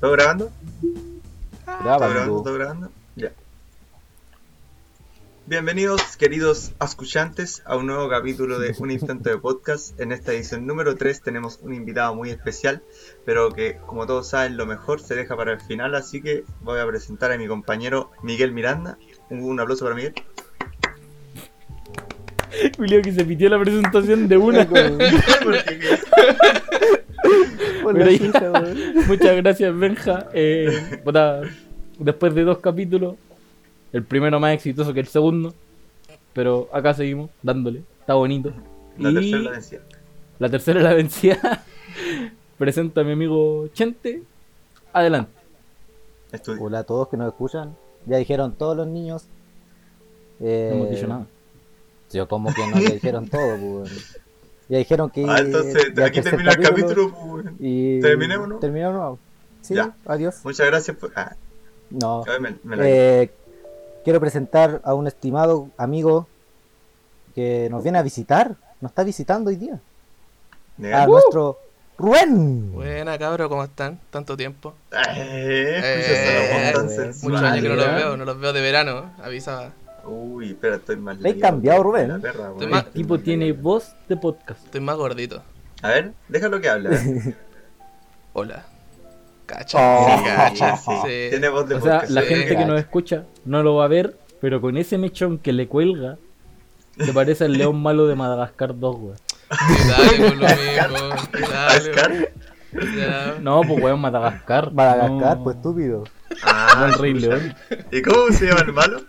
¿Todo grabando? ¿Todo grabando? Grabando. ¿Todo grabando? Ya. Bienvenidos, queridos escuchantes, a un nuevo capítulo de Un Instante de Podcast. En esta edición número 3 tenemos un invitado muy especial, pero que, como todos saben, lo mejor se deja para el final. Así que voy a presentar a mi compañero Miguel Miranda. Un, un aplauso para Miguel. Julio que se pitió la presentación de una. Por la Mira ahí. chucha, weón. Muchas gracias, Benja. Eh, puta, después de dos capítulos, el primero más exitoso que el segundo, pero acá seguimos dándole. Está bonito. La y tercera la vencida. la tercera es la vencida. Presenta a mi amigo Chente. Adelante. Estudio. Hola a todos que nos escuchan. Ya dijeron todos los niños. Eh, No hemos dicho nada. Yo como que no ya dijeron todo, pues, weón. Ya dijeron que. Ah, entonces, ya aquí tercer termina el capítulo. pues, bueno. Y... ¿Terminemos, no? Terminemos, no? Sí, Ya. adiós. Muchas gracias por. Ah, No. a ver, me, me la- Eh, quiero presentar a un estimado amigo que nos viene a visitar. Nos está visitando hoy día. Mira. A nuestro Rubén. Buena, cabro, ¿cómo están? Tanto tiempo. Eh, Eh, escucha esa voz tan eh, sensual. Muchos años que no los Vale. veo, no los veo de verano, avisaba. Uy, espera, estoy mal. Le he cambiado, Rubén. La perra, Estoy güey. mal. El tipo tiene voz de podcast. Estoy más gordito. A ver, déjalo que hable. a ver. Hola. Cacha. Oh. Ah, sí, cacha. Sí, sí. Tiene voz de O sea, podcast. la Sí. gente que nos escucha no lo va a ver, pero con ese mechón que le cuelga, se parece al león malo de Madagascar 2, weón. Sí, dale, por lo mismo. sí, Dale, ¿Ascar? por- ya. No, pues weón, Madagascar. Madagascar, No. pues estúpido. Ah, Buen Rey León. ¿Y cómo se llama el malo?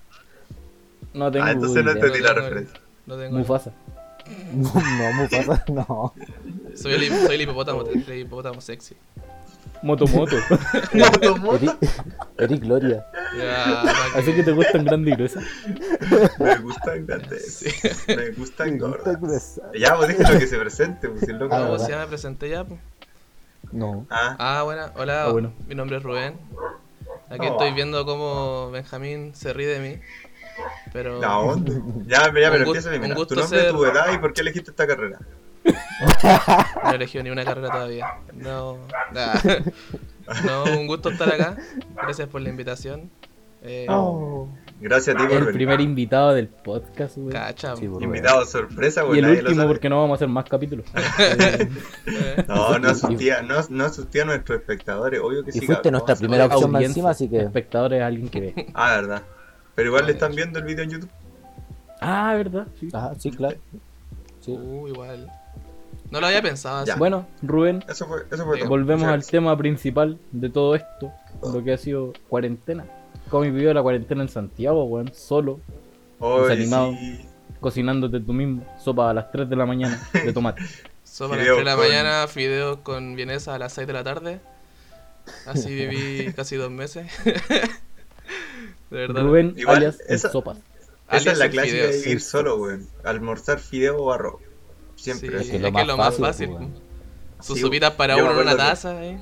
No tengo Ah, entonces no idea. entendí la No, no, no. referencia. No tengo. Mufasa. No, no, Mufasa, no. Soy el, soy el hipopótamo, el hipopótamo sexy. Motomoto. Motomoto. Eric, Eric Gloria. Ya, pa' Así que te gustan grandes y gruesas. Me gustan grandes. Sí. Me gustan Está gordas. gruesa. Ya, vos déjalo que se presente, pues si el Ah, loco. ¿Cómo verdad. se llama? ¿Me presenté ya? po. No. Ah, Ah, bueno, hola. Ah, bueno. Mi nombre es Rubén. Aquí Oh. estoy viendo cómo Benjamín se ríe de mí. Pero. la onda. Ya, ya, Un pero gu- empieza un mira, Tu gusto nombre, ser- tu edad y por qué elegiste esta carrera. No he elegido ni una carrera todavía. No, nah. no, un gusto estar acá. Gracias por la invitación. Eh, Oh. Gracias a ti por El venir. primer invitado del podcast, weón. Cacha. Sí, Rubén. Invitado sorpresa, Y güey. el nadie lo último sabe. porque no vamos a hacer más capítulos. eh, No, no asustía, no, no asustía a nuestros espectadores, eh, obvio que Y sí. fuiste cabrón, nuestra sí. primera opción más Audiencia, encima, así que. Espectadores, alguien que ve. Ah, verdad. Pero igual le están viendo el video en YouTube. Ah, ¿verdad? Sí. Ajá, sí, claro. Sí. uh, igual. No lo había pensado así. Ya. Bueno, Rubén, Eso fue, eso Eh, fue todo. volvemos al Muchas tema principal de todo esto. Lo que ha sido cuarentena. Cómo vivió la cuarentena en Santiago, weón. Solo, gracias. Hoy desanimado. sí, cocinándote tú mismo. Sopa a las 3 de la mañana de tomate. Sopa a las Fideos 3 de la con- mañana, fideos con vienesa a las 6 de la tarde. Así viví casi dos meses. De verdad. Rubén, Igual, alias, el esa- sopas. Esa Alias es la el clásica fideo, de sí. vivir solo, weón. Almorzar fideo o arroz. Siempre. Sí, que es lo que más es lo más fácil, fácil. pues, Sus Sí, sopitas para yo me uno en una acuerdo que- taza. eh.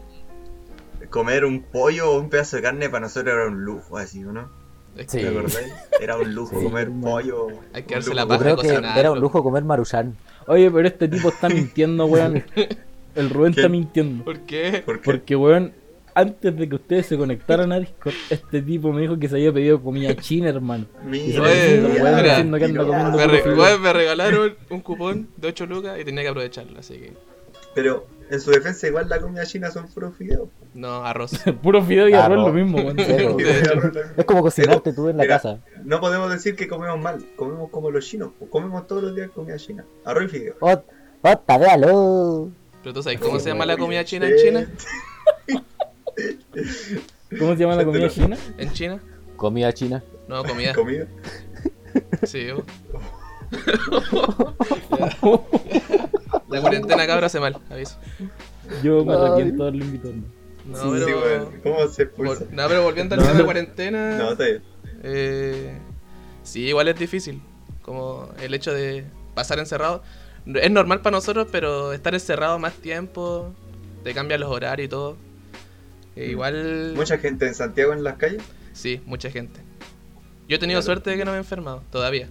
Comer un pollo o un pedazo de carne para nosotros era un lujo, así, ¿o ¿no? Es Sí. ¿Te que- acordáis? Era un lujo Sí, comer hermano. pollo. Hay un que darse lujo. la Yo paja. creo que cocinarlo. era un lujo comer maruchan. Oye, pero este tipo está mintiendo, weón. El Rubén ¿Qué? está mintiendo. ¿Por qué? ¿Por qué? Porque, weón, antes de que ustedes se conectaran a Discord, este tipo me dijo que se había pedido comida china, hermano. Y se Mira, lo diciendo, Oye, weón, mira, diciendo que anda mira. comiendo Me, puro re- fideo. weón, me regalaron un cupón de 8 lucas y tenía que aprovecharlo, así que. Pero en su defensa, igual la comida china son puros fideos. No, arroz. Puro fideo y Ah, arroz no. lo mismo, weón. Cero. Fideo y arroz también. Es como cocinarte tú en la Mira, casa. No podemos decir que comemos mal, comemos como los chinos, pues, comemos todos los días comida china, arroz y fideo. Ot- Otra, véalo. Pero tú sabes cómo se llama la comida china Eh, en China? ¿Cómo se llama la comida china? ¿En China? Comida china. No, comida. Comida. Sí, yo. La cuarentena cabra hace mal, aviso. Yo me Ay. arrepiento de haberlo invitado. hermano. No, Sí, pero. weón, ¿Cómo se expulsa? vol- no, pero volviendo al No, tema de no. cuarentena. No, está bien. Eh, sí, igual es difícil. Como el hecho de pasar encerrado. Es normal para nosotros, pero estar encerrado más tiempo, te cambian los horarios y todo. E igual. Mm. Mucha gente en Santiago en las calles. Sí, mucha gente. Yo he tenido Claro. suerte de que no me he enfermado, todavía.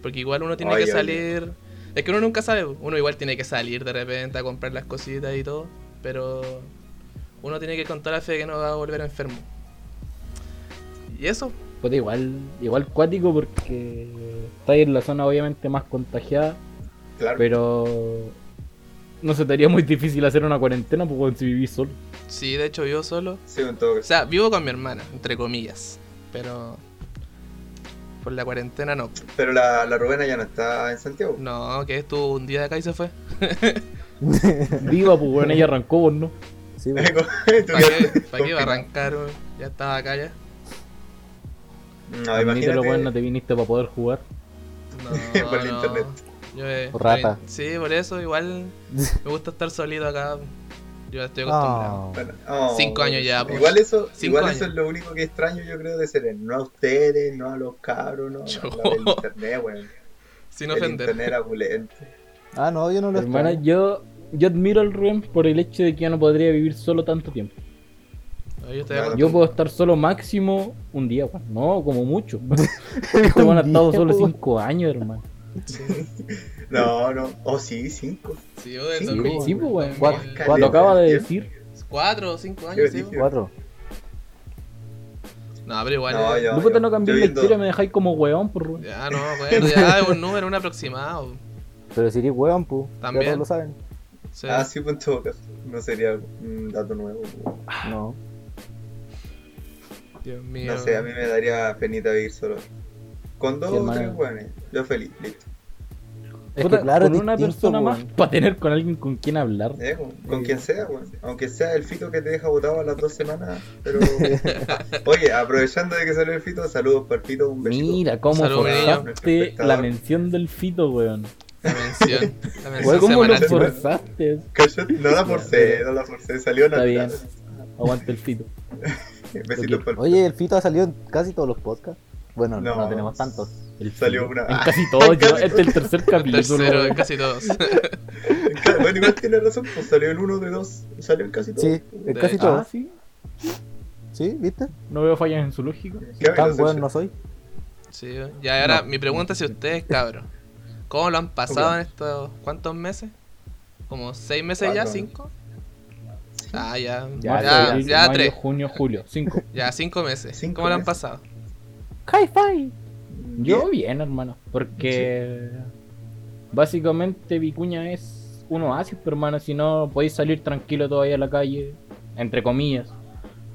Porque igual uno tiene Ay, que ay, ay. salir. Es que uno nunca sabe, uno igual tiene que salir de repente a comprar las cositas y todo. Pero uno tiene que contar la fe de que no va a volver enfermo. Y eso, Puta, igual, igual cuático porque estáis en la zona obviamente más contagiada, Claro. pero no se te haría muy difícil hacer una cuarentena pues, weón, si vivís solo. sí, de hecho vivo solo. Sí, en todo O caso. sea, vivo con mi hermana, entre comillas. Pero por la cuarentena no. Pero la, la Rubena ya no está en Santiago. No, que estuvo un día acá y se fue. Viva, pues bueno, ella arrancó, vos no. Sí, pues. ¿Para ¿Para qué, pa' qué iba a arrancar? weón? Ya estaba acá ya. No, Admítelo, imagínate. weón, no te viniste para poder jugar. No, Por el no. internet. Yo, eh, Por rata. Sí, por eso igual me gusta estar solito acá. Yo estoy Ah. acostumbrado. Oh. Bueno, oh, Cinco años ya, pues. Igual, eso, Cinco igual años. eso es lo único que extraño, yo creo, de Seren. No a ustedes, no a los cabros, no Yo. a la del internet, weón. Sin El ofender. internet era pulento. Ah, no, yo no lo Hermana, extraño. yo, yo admiro al Rubén por el hecho de que ya no podría vivir solo tanto tiempo. No, yo Claro. estoy acostumbrado. Yo puedo estar solo máximo un día, weón. No, como mucho. Un Este weón ha estado día, solo pues, weón. cinco años, hermano. No, no. Oh, sí, cinco. Sí, yo del Sí, Sí, Dormí. pues, sí, pues, weón. Cuatro- Mil- cuatro. Lo acaba de Yo- decir. Cuatro o cinco Yo años, sí. dije- Cuatro. No, pero igual. No, eh, yo- No, puta, no cambié yo la viendo- historia, me dejáis como weón, por weón. Ya no, bueno, ya es un número, un aproximado. Pero si eres hueón, pues. También. Ya todos lo saben. Sí. Ah, sí, pues en todo caso. No sería un dato nuevo. pues. weón. No. Dios mío. No sé, a mí me daría penita vivir solo. Con dos Sí, o hermano. tres weones. Yo feliz, listo. Es Puta, que claro, con es una distinto, persona weón. más para tener con alguien con quien hablar. Eh, con, con quien sea, weón. Aunque sea el fito que te deja botado a las dos semanas. Pero. Oye, aprovechando de que salió el fito, saludos para el fito, un besito. Mira cómo Salud, niño. forzaste la mención del fito, weón. La mención. La Weón, mención ¿cómo lo semanal. por- forzaste? Cachot, no la forcé, no la forcé, salió Está natural. bien. Aguanta el fito. Besitos para Oye, el Fito ha salido en casi todos los podcasts. Bueno, no, No. tenemos tantos. El Salió fito. una- En casi todos, yo- este es el tercer capítulo. Tercero weón. en casi todos. Bueno, igual tiene razón, pues salió el uno de dos, salió en casi todo. Sí, en De- casi ah. Ah, todos. sí. ¿Sí? ¿Viste? No veo fallas en su lógica. Qué Tan bueno, hueón no soy. Sí, y ahora No. mi pregunta es si ustedes, cabros, ¿cómo lo han pasado en estos cuántos meses? ¿Como seis meses ya? Cuatro. ¿Cinco? Ah, ya. Ya, Ya, ya, abril, mayo, tres. junio, julio, cinco. Ya, cinco meses. Cinco ¿Cómo lo han meses. pasado? High five. Bien. Yo bien, hermano, porque básicamente Vicuña es un oasis, pero, hermano, si no podéis salir tranquilo todavía a la calle, entre comillas.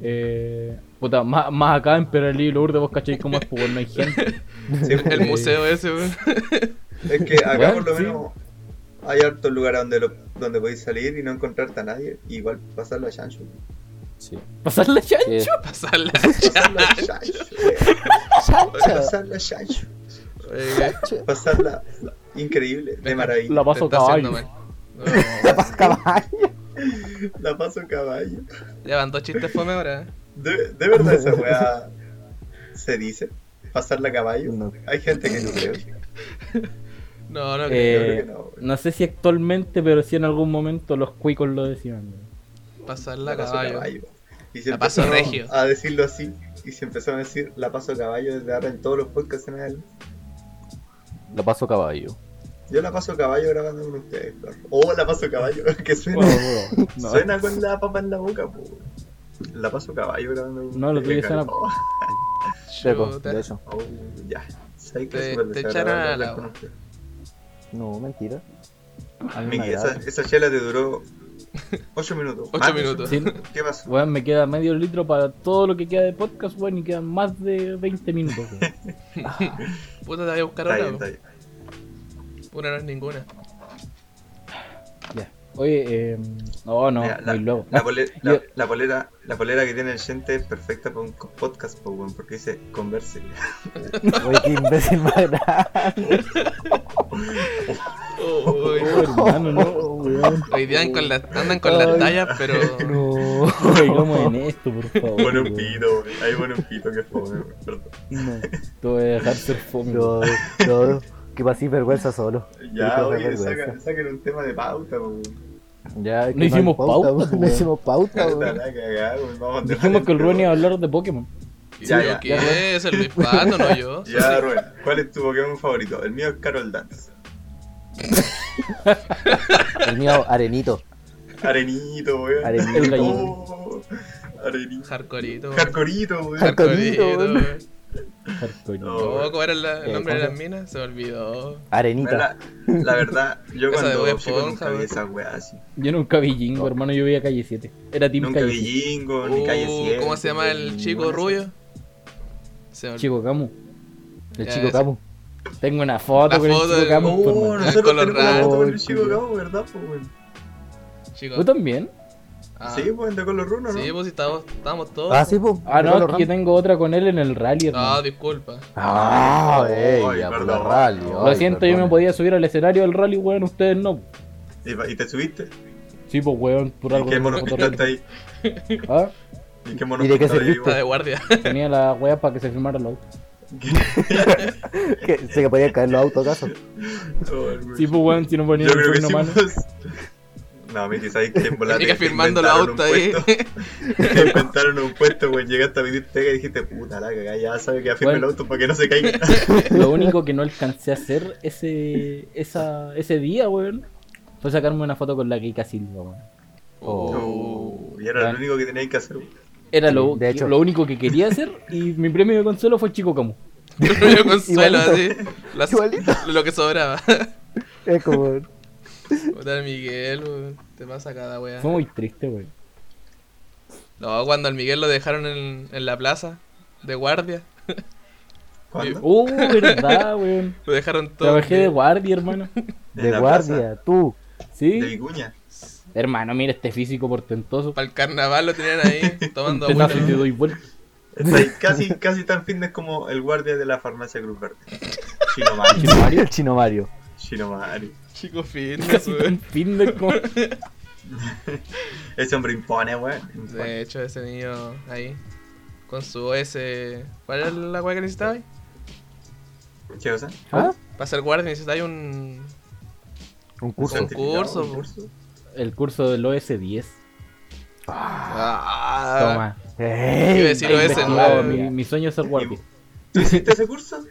Eh, puta, más, más acá en Peralí, Lourdes, vos cacháis cómo es, pues, weón, no hay gente. Sí, pues, El Eh. museo ese, weón. es que acá Bueno, por lo sí. menos hay hartos lugares donde lo- donde podéis salir y no encontrarte a nadie, y igual pasarlo a Chancho. Sí. Pasar la chancha. Sí. Pasarla. Pasarla a Chancho, weón. pasarla a Chancho. Oye, Pasarla increíble, de maravilla. La paso te está haciendo caballo. mal. No, La paz caballo. La paso a caballo. ya van dos chistes fome ahora. eh. De, de verdad esa weá se dice. Pasarla a caballo. No. Hay gente que no cree. No, no, Yo Eh, creo que no, weón. No sé si actualmente, pero si en algún momento los cuicos lo decían. pasarla paso caballo. Y se La paso empezaron regio. A decirlo así. Y se empezaron a decir la paso caballo desde ahora en todos los podcasts en adelante. La paso caballo. Yo la paso caballo grabando con ustedes, Flor. Oh, la paso caballo, que suena, Bueno, bueno, no. suena con la papa en la boca, po. La paso caballo grabando con No, lo ustedes, tuyo suena- Oh, Seco, Chuta. de hecho. oh, ya. Sabes que Te- es súper te desagradable echaron a hablar la con hora. ustedes. No, mentira. A mí me Miki, esa, agrada. esa chela te duró 8 minutos. Ocho Más de minutos. Sí, eso. ¿Qué pasó? Weón, me queda medio litro para todo lo que queda de podcast, weón, y quedan más de 20 minutos, weón. Puta, te voy a buscar Está ahora. bien, está bien. Una no es ninguna. Ya. Oye, eh, no, no, Mira, la, muy loco. la pole- la- Yo- la polera, la polera que tiene el gente es perfecta para un co- podcast, po, weón, porque dice converse. Oye, qué imbécil más grande. Uy. Oh, hermano, no, weón. Hoy día andan con las, andan con las Ay. tallas, pero. No. Oigamos en esto, por favor. Pone un weón. pito, weón. Ahí pone un pito que fome, weón. Perdón. No. Te voy a dejar ser fome, weón. No, no. Que pasé vergüenza solo. Qué Ya, oye, vergüenza. saca- saquen un tema de pauta, po, weón. Ya, es que No hicimos hay pues, pauta, weón. weón. No hicimos pauta, Está weón. la cagada, weón. Vamos a Dijimos que el Rubén iba a ya. hablar de Pokémon. Ya, ¿Yo ya. qué? es el Luis Pato, no yo. Ya, Rubén, ¿cuál es tu Pokémon favorito? El mío es Carol Dance. El mío, arenito. Arenito, weón. Arenito. Oh, Arenito. Hardcoreito. weón. Hardcoreito, weón. Hardcoreito, Hardcoreito, weón. weón. No. Oh, ¿Cómo era la- el Eh, nombre de ¿cómo las minas? Se me olvidó. Arenita. La, la verdad, yo Esa de cuando Bob chico Esponja, nunca vi weón. esa weá así. Yo nunca vi Jingo, hermano, yo veía Calle 7. Era Team Nunca Calle vi 7. Jingo, ni Uh, Calle 7. ¿Cómo se llama el ni chico ninguna de rubio? Se me olvidó. Chico Camu. El Ya, chico ese. Eh, Camu. Tengo una foto La con foto el de- Chico Camu. esas. por Oh, mano. no. nosotros color tenemos la raro. foto con el Ay, chico qué Gabo, ¿verdad? po, weón? Chico. ¿Tú también? Ah, Sí, pues de color runo, ¿no? sí, pues si estábamos, estábamos todos. Ah, sí, pues. Ah, no, aquí yo tengo otra con él en el rally, Ah, hermano. disculpa. Ah, ey, Ay, ya, por la perdón. rally. Lo siento, yo me podía subir al escenario del rally, weón, ustedes no. ¿Y, pa- y te subiste? Sí, pues, weón, por ¿Y algo. qué no mono me acuerdo. pintaste ahí? Ah, ¿Y qué mono ¿Y de qué pintaste ahí, serviste? Está de weón? guardia. Tenía la weá para que se firmara la auto. podía. Se que podían caer los autos, ¿acaso? Oh, weón. Sí, pues, weón, si no ponía Yo creo que sí, mano. pues. No, Miki, ¿sabes qué? En volada Mica te- te firmando la inventaron un auto ahí. puesto. Te inventaron un puesto, güey. Llegaste a pedir pega y dijiste, puta la cagada, ya sabes que afirme Bueno. el auto para que no se caiga. Lo único que no alcancé a hacer ese, esa, ese día, weón, fue sacarme una foto con la Kika Silva, weón. Oh, y era Bueno. lo único que teníais que hacer. güey. Era Sí, lo, de hecho. lo único que quería hacer y mi premio de consuelo fue el Chico Camu. Yo consuelo, así. Igualito. Las- Igualito. lo que sobraba. Es como. Puta, el Miguel, weón, te pasa cada wea. Fue muy triste, weón. No, cuando al Miguel lo dejaron en, en la plaza de guardia, ¿Cuándo? Oh, verdad, weón. lo dejaron todo. Trabajé de guardia, hermano. En De la guardia, tú. De Sí. Vicuña. Hermano, mira este físico portentoso. Para el carnaval lo tenían ahí, tomando agua. Tenazo y te doy vuelta. Estáis casi, casi tan fitness como el guardia de la farmacia Cruz Verde. Chino Mario. Chino Mario. El Chino Mario. Chino Mario. Chico fitness, Casi tan weón. Tinder como... Ese hombre impone, güey. De hecho, ese niño ahí, con su OS. ¿Cuál era la weá que necesitaba ahí? ¿Qué cosa? ¿Ah? Para ser guardia necesitáis un. Un curso. ¿Un certificado, curso, un po. curso? El curso del OS10. Ah, Toma. Ey, Iba a decir- Ah, Sí, lo Ahí es, investigado, ¿no? mi, mi sueño es ser guardia. ¿Tú hiciste ese curso?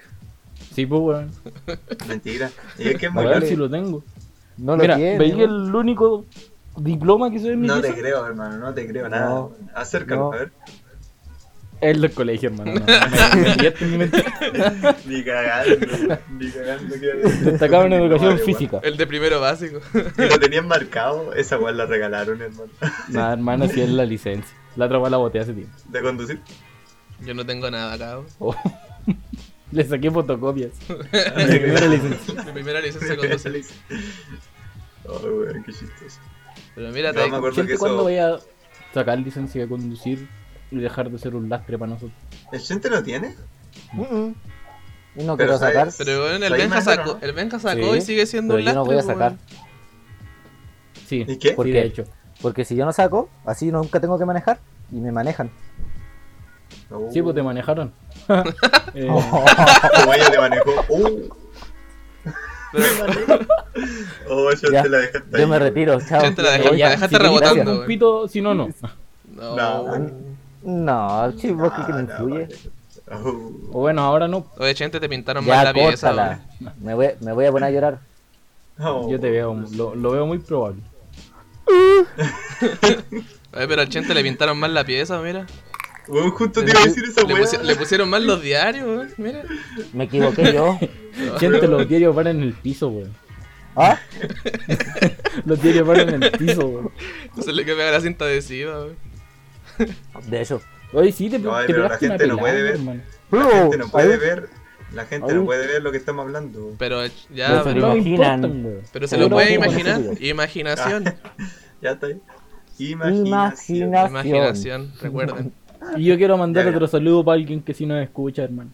Sí, pues, weón. Mentira. Y es que es A muy ver Vale. largo. si lo tengo. No lo Mira, tiene. veí ¿no? el único diploma que soy en mi No pieza. te creo, hermano, no te creo nada. No. Acércalo, No. a ver. Es del colegio, hermano. No, no, me pillaste en mi mente. Ni cagando, ni cagando. que- Destacaba en educación Vale, física. el de primero básico. guau. Y lo tenían marcado, esa weá la regalaron, hermano. Nada, hermano, si es la licencia. La otra weá la boté hace tiempo. De conducir. Yo no tengo nada acá. Oh. weón. Le saqué fotocopias. Ah, Mi primera licencia. Mi primera licencia con 12 Oh, weón, qué chistoso. Pero mira, Yo te- me acuerdo que Gente, ¿cuándo eso. voy a sacar licencia de conducir y dejar de ser un lastre para nosotros? ¿El gente lo tiene? Mm, mm. Y Pero no quiero sacar. sabes- pero bueno, el Soy Benja mesero, sacó, ¿no? el Benja sacó Sí, y sigue siendo Pero yo un lastre. no voy a pues, sacar. weón. Sí. ¿Y qué? Sí, ¿Por de qué? hecho. Porque si yo no saco, así nunca tengo que manejar. Y me manejan. Oh. Sí, pues te manejaron. Eh, Como ella te manejó. Uh. oh, yo Ya, te la dejaste ahí. Yo me weón. retiro, chao. Gente, la dejaste- oye, la dejaste si te quitas rebotando, Un weón. pito, si no, no. No. Oh. No. No, chivo, que me no, influye. vale. Oh. O bueno, ahora no. Oye, gente, te pintaron mal Ya, la pieza. córtala. Me voy, me voy a poner a llorar. Oh. Yo te veo, lo, lo veo muy probable. weón. Oye, pero al Chente le pintaron mal la pieza, mira. Weón, justo te Le iba a pu- decir esa le, weá. pusi- le pusieron mal los diarios, weón, mira. Me equivoqué yo. Gente, los diarios van en el piso, weón. ¿Ah? Los diarios van en el piso, weón. Entonces le que pega la cinta adhesiva, weón. De eso. Oye, sí, te, No, te pero la pegaste una gente no pelada, puede ver. hermano. La gente no Ay, puede ver. La gente no Ay. puede ver lo que estamos hablando. Pero eh, Pero ya, se lo- pero, No me imaginan. importan, weón. pero se lo Seguro pueden que van a imaginar. ser Imaginación. Ya está ahí. Imaginación. Imaginación. Imaginación, recuerden. Y yo quiero mandar Ya, ya. otro saludo para alguien que sí nos escucha, hermano.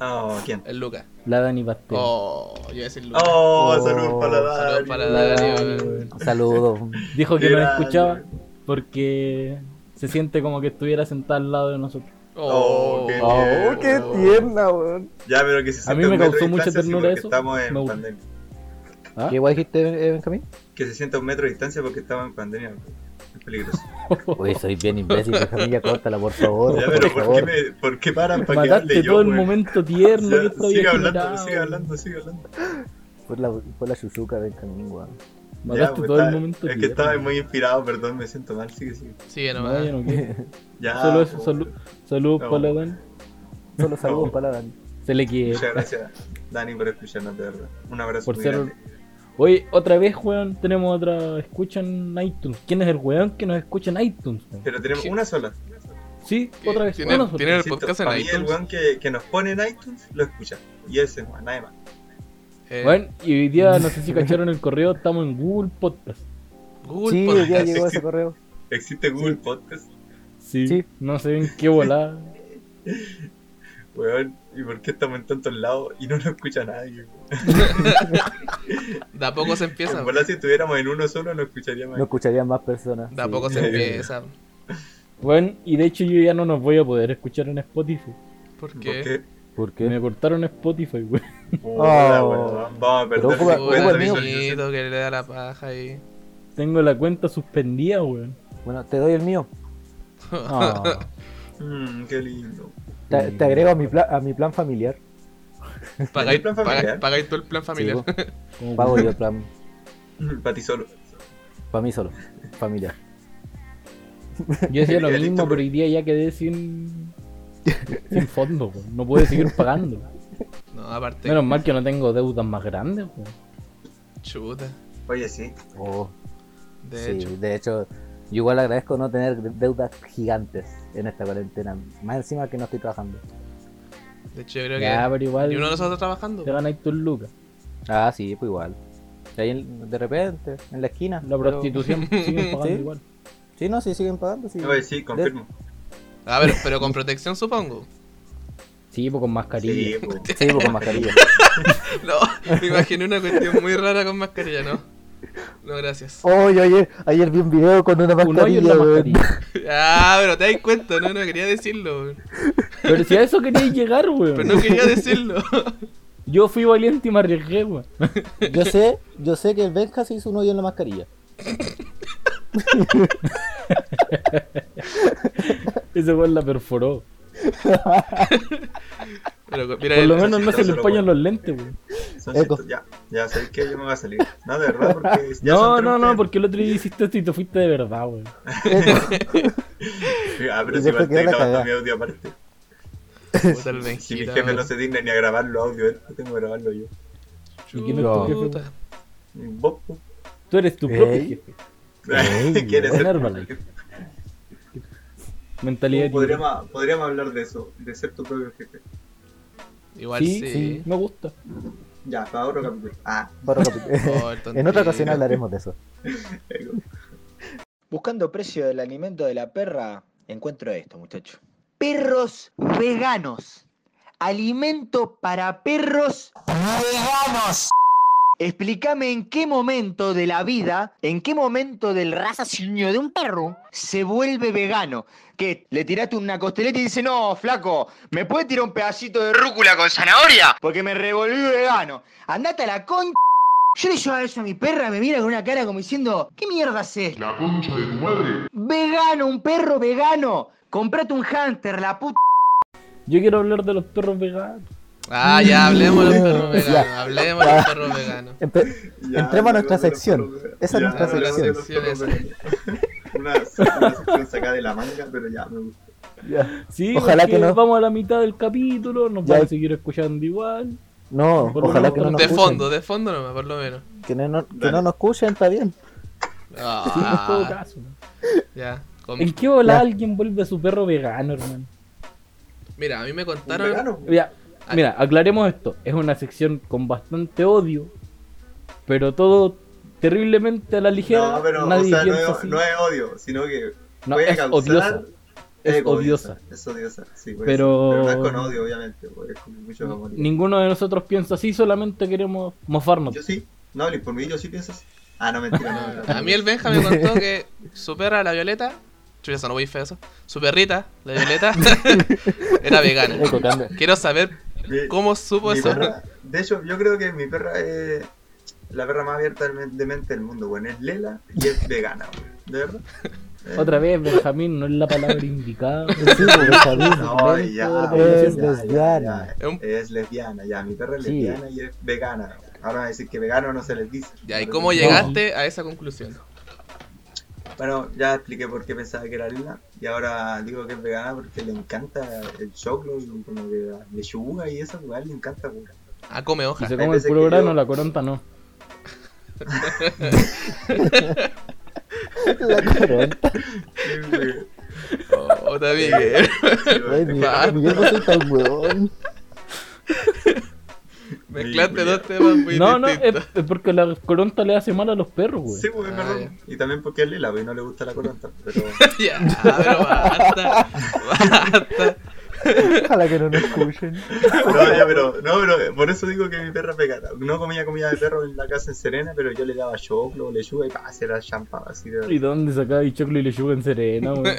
Oh, ¿quién? El Luca. La Dani Pastel. Oh, yo iba a decir Luca. Oh, Oh, saludos para la saludos Dani. para la La Dani, Dani, weón. weón. Saludos. Dijo que Qué no grande. escuchaba porque se siente como que estuviera sentada al lado de nosotros. Oh, qué Oh, qué tierna, weón. Ya, pero que se A sienta mí me un metro causó de mucha distancia, sí, ternura porque eso. Estamos en Me gusta. pandemia. ¿Ah? ¿Qué guay dijiste, eh, Benjamín? Que se sienta un metro de distancia porque estamos en pandemia. pues. Es peligroso. Uy, soy bien imbécil, Benjamín, ya córtala, por favor. Ya, por pero ¿por qué, favor. me, ¿por qué paran para que Mataste hable yo? todo el weón? momento tierno que Ya, esta sigue vieja hablando, miraba, sigue hablando, sigue hablando. Por la, por la Suzuka, Benjamín, weón. Ya, Mataste pues, todo el estaba- momento. Es que tierno. estaba muy inspirado, perdón, me siento mal, sigue, sigue. Sigue nomás. No, yo no quiero. Ya, Solo eso, pues, salu- saludos No. para la Dan. Solo saludos No. para la Dani. Se le quiere. Muchas gracias, Dani, por escucharnos, de verdad. Un abrazo Por muy ser- grande. Oye, otra vez, weón, tenemos otra escucha en iTunes. ¿Quién es el weón que nos escucha en iTunes? weón? Pero tenemos ¿Qué? una sola. Sí, ¿Qué? otra vez. Eh, ¿Tiene- Bueno, tiene- el Insisto, podcast en para mí el iTunes. weón que, que nos pone en iTunes lo escucha. Y ese, no, nadie más. Eh, Bueno, y hoy día, no sé si cacharon el correo, estamos en Google Podcast. Google Sí, hoy Podcast. día llegó ese correo. Existe Google Podcast, Sí. Sí. No sé en qué volada. weón. ¿Y por qué estamos en tantos lados y no lo escucha nadie? De a poco se empieza. En verdad, si estuviéramos en uno solo, lo escucharía más. No escucharían más personas. De a sí. poco se Sí. empieza. Bueno, y de hecho yo ya no nos voy a poder escuchar en Spotify. ¿Por ¿Por qué? qué? ¿Por Me qué? cortaron Spotify, weón. Puta, Oh. weón, Vamos a perder Pero ocupa- Puta, cincuenta ocupa el mío. visualizaciones. niñito que le da la paja ahí. Tengo la cuenta suspendida, weón. Bueno, te doy el mío. Ah. Mm, qué lindo. Te, te agrego a mi, pla- a mi plan familiar. Pagáis, ¿El plan pagáis- familiar? pagáis todo el plan familiar. Sí, vos. como- pago yo el plan. Mm, Para ti solo. Para mí solo. Familiar. Yo hacía lo Ya, listo, mismo, bro. pero hoy día ya quedé sin. sin fondo, weón. No puedo seguir pagando. no, aparte. Menos mal que no tengo deudas más grandes, weón. Chuta. Oye, sí. Oh, De sí, hecho. de hecho, yo igual agradezco no tener de- deudas gigantes en esta cuarentena. Más encima que no estoy trabajando. De hecho, yo creo Ya, que. pero igual. Y uno de nosotros está trabajando. Te ganáis tus lucas. Ah, sí, pues igual. Ahí en- de repente, en la esquina. La pero- prostitución siguen pagando ¿Sí? igual. Sí, no, sí, siguen pagando. Sí. Oye, sí, confirmo. A ver, pero con protección supongo. Sí, pues con Sí, mascarilla. po. Sí, pues, con mascarilla. No, me imaginé una cuestión muy rara con mascarilla, ¿no? No, gracias. Oye, ayer, ayer vi un video con una Un hoyo mascarilla. en la weón. mascarilla. Ah, pero te das cuenta, no, no quería decirlo. weón. Pero si a eso queríais llegar, weón. Pero no quería decirlo. Yo fui valiente y me arriesgué, weón. Yo sé, yo sé que el Benja se hizo un hoyo en la mascarilla. Ese weón la perforó. Pero mira, Por lo el- menos no se le Solo, empañan weón. los lentes, weón. Son Eco. cientos- Ya, ya sabéis que yo me voy a salir. No, de verdad, porque. ya No, son no, treinta no, y- porque el otro día hiciste esto y te fuiste de verdad, weón. Ah, pero Y si después igual quedó te la grabando cagada. mi audio aparte. Puta, el Si mi Benjita, jefe weón. no se digna ni a grabar los audios, él tengo que grabarlo yo. ¿Y quién es tu jefe, Chuta. Y Vos, po. Tú eres tu propio Ey. jefe. Ey, ¿Quieres buen ser- Herbalife. Mentalidad. Uh, de tiburón. podríamos, podríamos hablar de eso, de ser tu propio jefe. Igual sí. Sí, sí, me gusta. Ya, para otro capítulo. Ah, Para repetir. Oh, en el otra tontito. ocasión hablaremos de eso. eco. Buscando precio del alimento de la perra, encuentro esto, muchacho. Perros veganos. Alimento para perros veganos. Explícame en qué momento de la vida, en qué momento del raciocinio de un perro se vuelve vegano. Que le tiraste una costeleta y dice, no, flaco, ¿me puede tirar un pedacito de rúcula con zanahoria? Porque me revolví vegano. Andate a la concha. Yo le llevo eso a mi perra, me mira con una cara como diciendo, ¿qué mierda haces? La concha de tu madre. Vegano, un perro vegano. Comprate un Hunter, la puta. Yo quiero hablar de los perros veganos. Ah, ya, hablemos de los perros Ya. veganos. Hablemos de los perros veganos. Empe- Ya, Entremos a nuestra hablamos de sección. los perros. Esa es Ya, nuestra hablamos de los sección. perros. Una, una sección sacada de la manga, pero ya me gusta. ya. Sí, Ojalá porque que no. Vamos a la mitad del capítulo, nos Ya. van a seguir escuchando igual. No, Por lo ojalá menos que no nos De escuchen. fondo, de fondo nomás, por lo menos. Que no, que Dale. no nos escuchen, está bien. Sí, en todo Ah, caso. ya. Con- ¿En qué bola Ya. alguien vuelve a su perro vegano, hermano? Mira, a mí me Un contaron. vegano, Mira, Ah. mira, aclaremos esto. Es una sección con bastante odio, pero todo terriblemente a la ligera. No, pero Nadie o sea, no piensa es, así. no es odio, sino que No, puede es causar- odiosa. Es eco, odiosa. Es odiosa, sí. por Pero- eso. pero no es con odio, obviamente. porque Es con mucho amor. Ninguno de nosotros piensa así, solamente queremos mofarnos. Yo sí, no, ni por mí yo sí pienso así. Ah, no, mentira. no, no, no. A mí el Benja me contó que su perra, la Violeta. Chuya, eso no voy feo eso. Su perrita, la Violeta, era vegana. Eco, cambia. Quiero saber Mi- cómo supo mi eso. perra- de hecho, yo creo que mi perra es la perra más abierta de mente del mundo, bueno, es Lela y es vegana, weón. ¿De verdad? Eh, Otra vez, Benjamín no es la palabra indicada. Sí, pues, está bien. Eh, No, ya, Toda la ya, población ya, ya, lesbiana. ya, Es lesbiana, ya, mi perra es Sí. lesbiana y es vegana. Ahora van a decir que vegano no se les dice. Ya, ¿y cómo llegaste a esa conclusión? Bueno, ya expliqué por qué pensaba que era lila y ahora digo que es vegana porque le encanta el choclo y como que la lechuga y esa weá le encanta, weón. Ah, come Si hoja. se Hay come el veces puro que grano, yo- la coronta no. La coronta. Oh, está bien. Ay, Sí, Miguel, Miguel, no soy tan weón. Mezclaste dos temas muy No, no, es, distintos. es porque la coronta le hace mal a los perros, güey. weón, Ah, perdón. pues, Y también porque es lila, pues, y no le gusta la coranta. Pero ya, pero basta. Basta. Ojalá que no nos escuchen. No, ya, pero, no, pero eh, por eso digo que mi perra es vegana. No comía comida de perro en la casa en Serena, pero yo le daba choclo, lechuga y pa, se la champaba así ¿Y de... dónde sacaba bichoclo y lechuga en Serena, güey?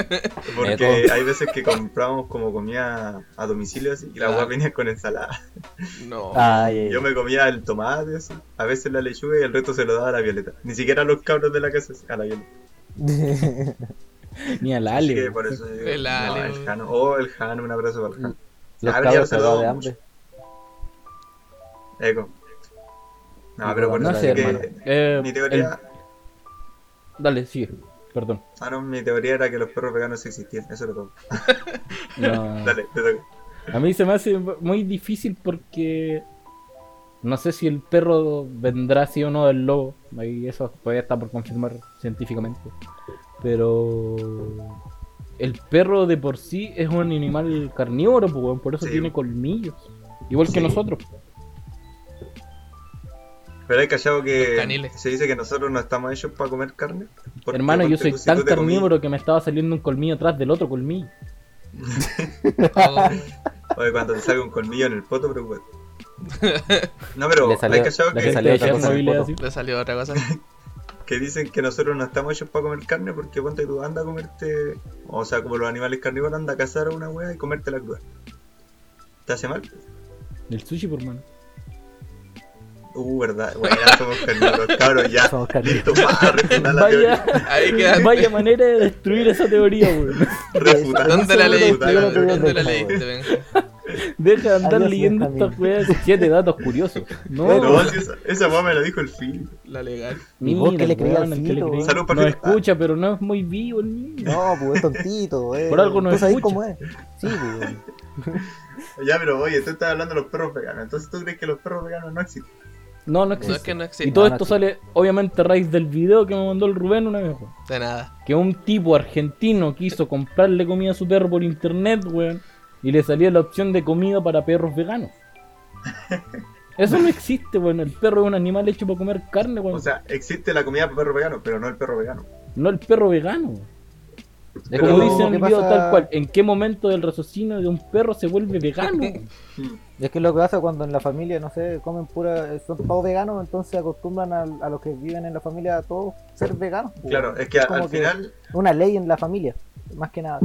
Porque hay veces que comprábamos como comida a domicilio así, y la Ah. guapa venía con ensalada. No. Ay, Yo me comía el tomate así, a veces la lechuga y el resto se lo daba a la Violeta. Ni siquiera a los cabros de la casa, así, a la Violeta. Ni al Así Ale. que güey. por eso digo, El no, Ale, el güey. Jano. Oh, el Jano, un abrazo para el Jano. Los Ah, pero ya cabros se lo cagados de damos. hambre. Eco. No, Y pero por por No la eso sé, Así que hermano. Eh, mi teoría... el- Dale, sigue. Perdón. Ah, no, mi teoría era que los perros veganos sí existían, eso lo todo. No. Dale, te toca. A mí se me hace muy difícil porque no sé si el perro vendrá sí o no del lobo. Ahí eso todavía está por confirmar científicamente. Pero el perro de por sí es un animal carnívoro, pues, weón, por eso Sí. tiene colmillos. Igual que Sí. nosotros. Pero hay cachado que Los caniles. se dice que nosotros no estamos hechos para comer carne. Porque, Hermano, yo ponte soy tú, si tan tú te comí- carnívoro que me estaba saliendo un colmillo atrás del otro colmillo. Oh, Oye, cuando te salga un colmillo en el poto, preocupate. No, pero Le salió- hay cachado le que, salió de otra cosa en el Chernobyl es poto. así. le salió otra cosa. que dicen que nosotros no estamos hechos para comer carne porque ponte tú anda a comerte, o sea, como los animales carnívoros, anda a cazar a una wea y comerte la cruda. ¿Te hace mal? El sushi, por hermano. Uh, verdad, bueno, ya somos carnívoros, cabros, ya. Somos carnívoros. Listo, pa, refutar la teoría. Vaya, Ahí quedaste. vaya manera de destruir esa teoría, weón. Refutar. ¿Dónde la Seguro leíste? que yo no te voy a ¿Dónde la reclamar. leíste, Benja? Deja de andar Adiós, leyendo Benjamín. estas weas de siete datos curiosos. No, No, si esa, esa wea me la dijo el Phil. La legal. ¿Y vos qué le creías weón, al ¿en qué le filo, creí? weón? Salud, No Patricio. escucha, pero no es muy vivo el niño. No, pues es tontito, eh. Por algo no Tú sabés escucha. cómo es. Sí, pues. Ya, pero oye, tú estás hablando de los perros veganos, entonces tú crees que los perros veganos no existen. No, no No es existe. que no Y existe todo No, no esto sale, obviamente, a raíz del video que me mandó el Rubén una vez, weón. de nada. Que un tipo argentino quiso comprarle comida a su perro por internet, weón. Y le salía la opción de comida para perros veganos. Eso no existe, weón. El perro es un animal hecho para comer carne, weón. O sea, existe la comida para perro vegano, pero no el perro vegano. no el perro vegano. weón. Es Pero- como dice en ¿qué el video pasa? tal cual. ¿En qué momento del raciocinio de un perro se vuelve vegano? Mm. Es que lo que pasa cuando en la familia, no sé, comen pura. Son todos veganos, entonces acostumbran a, a los que viven en la familia a todos ser veganos. pues. Claro, es que como al que- final, Una ley en la familia, más que nada.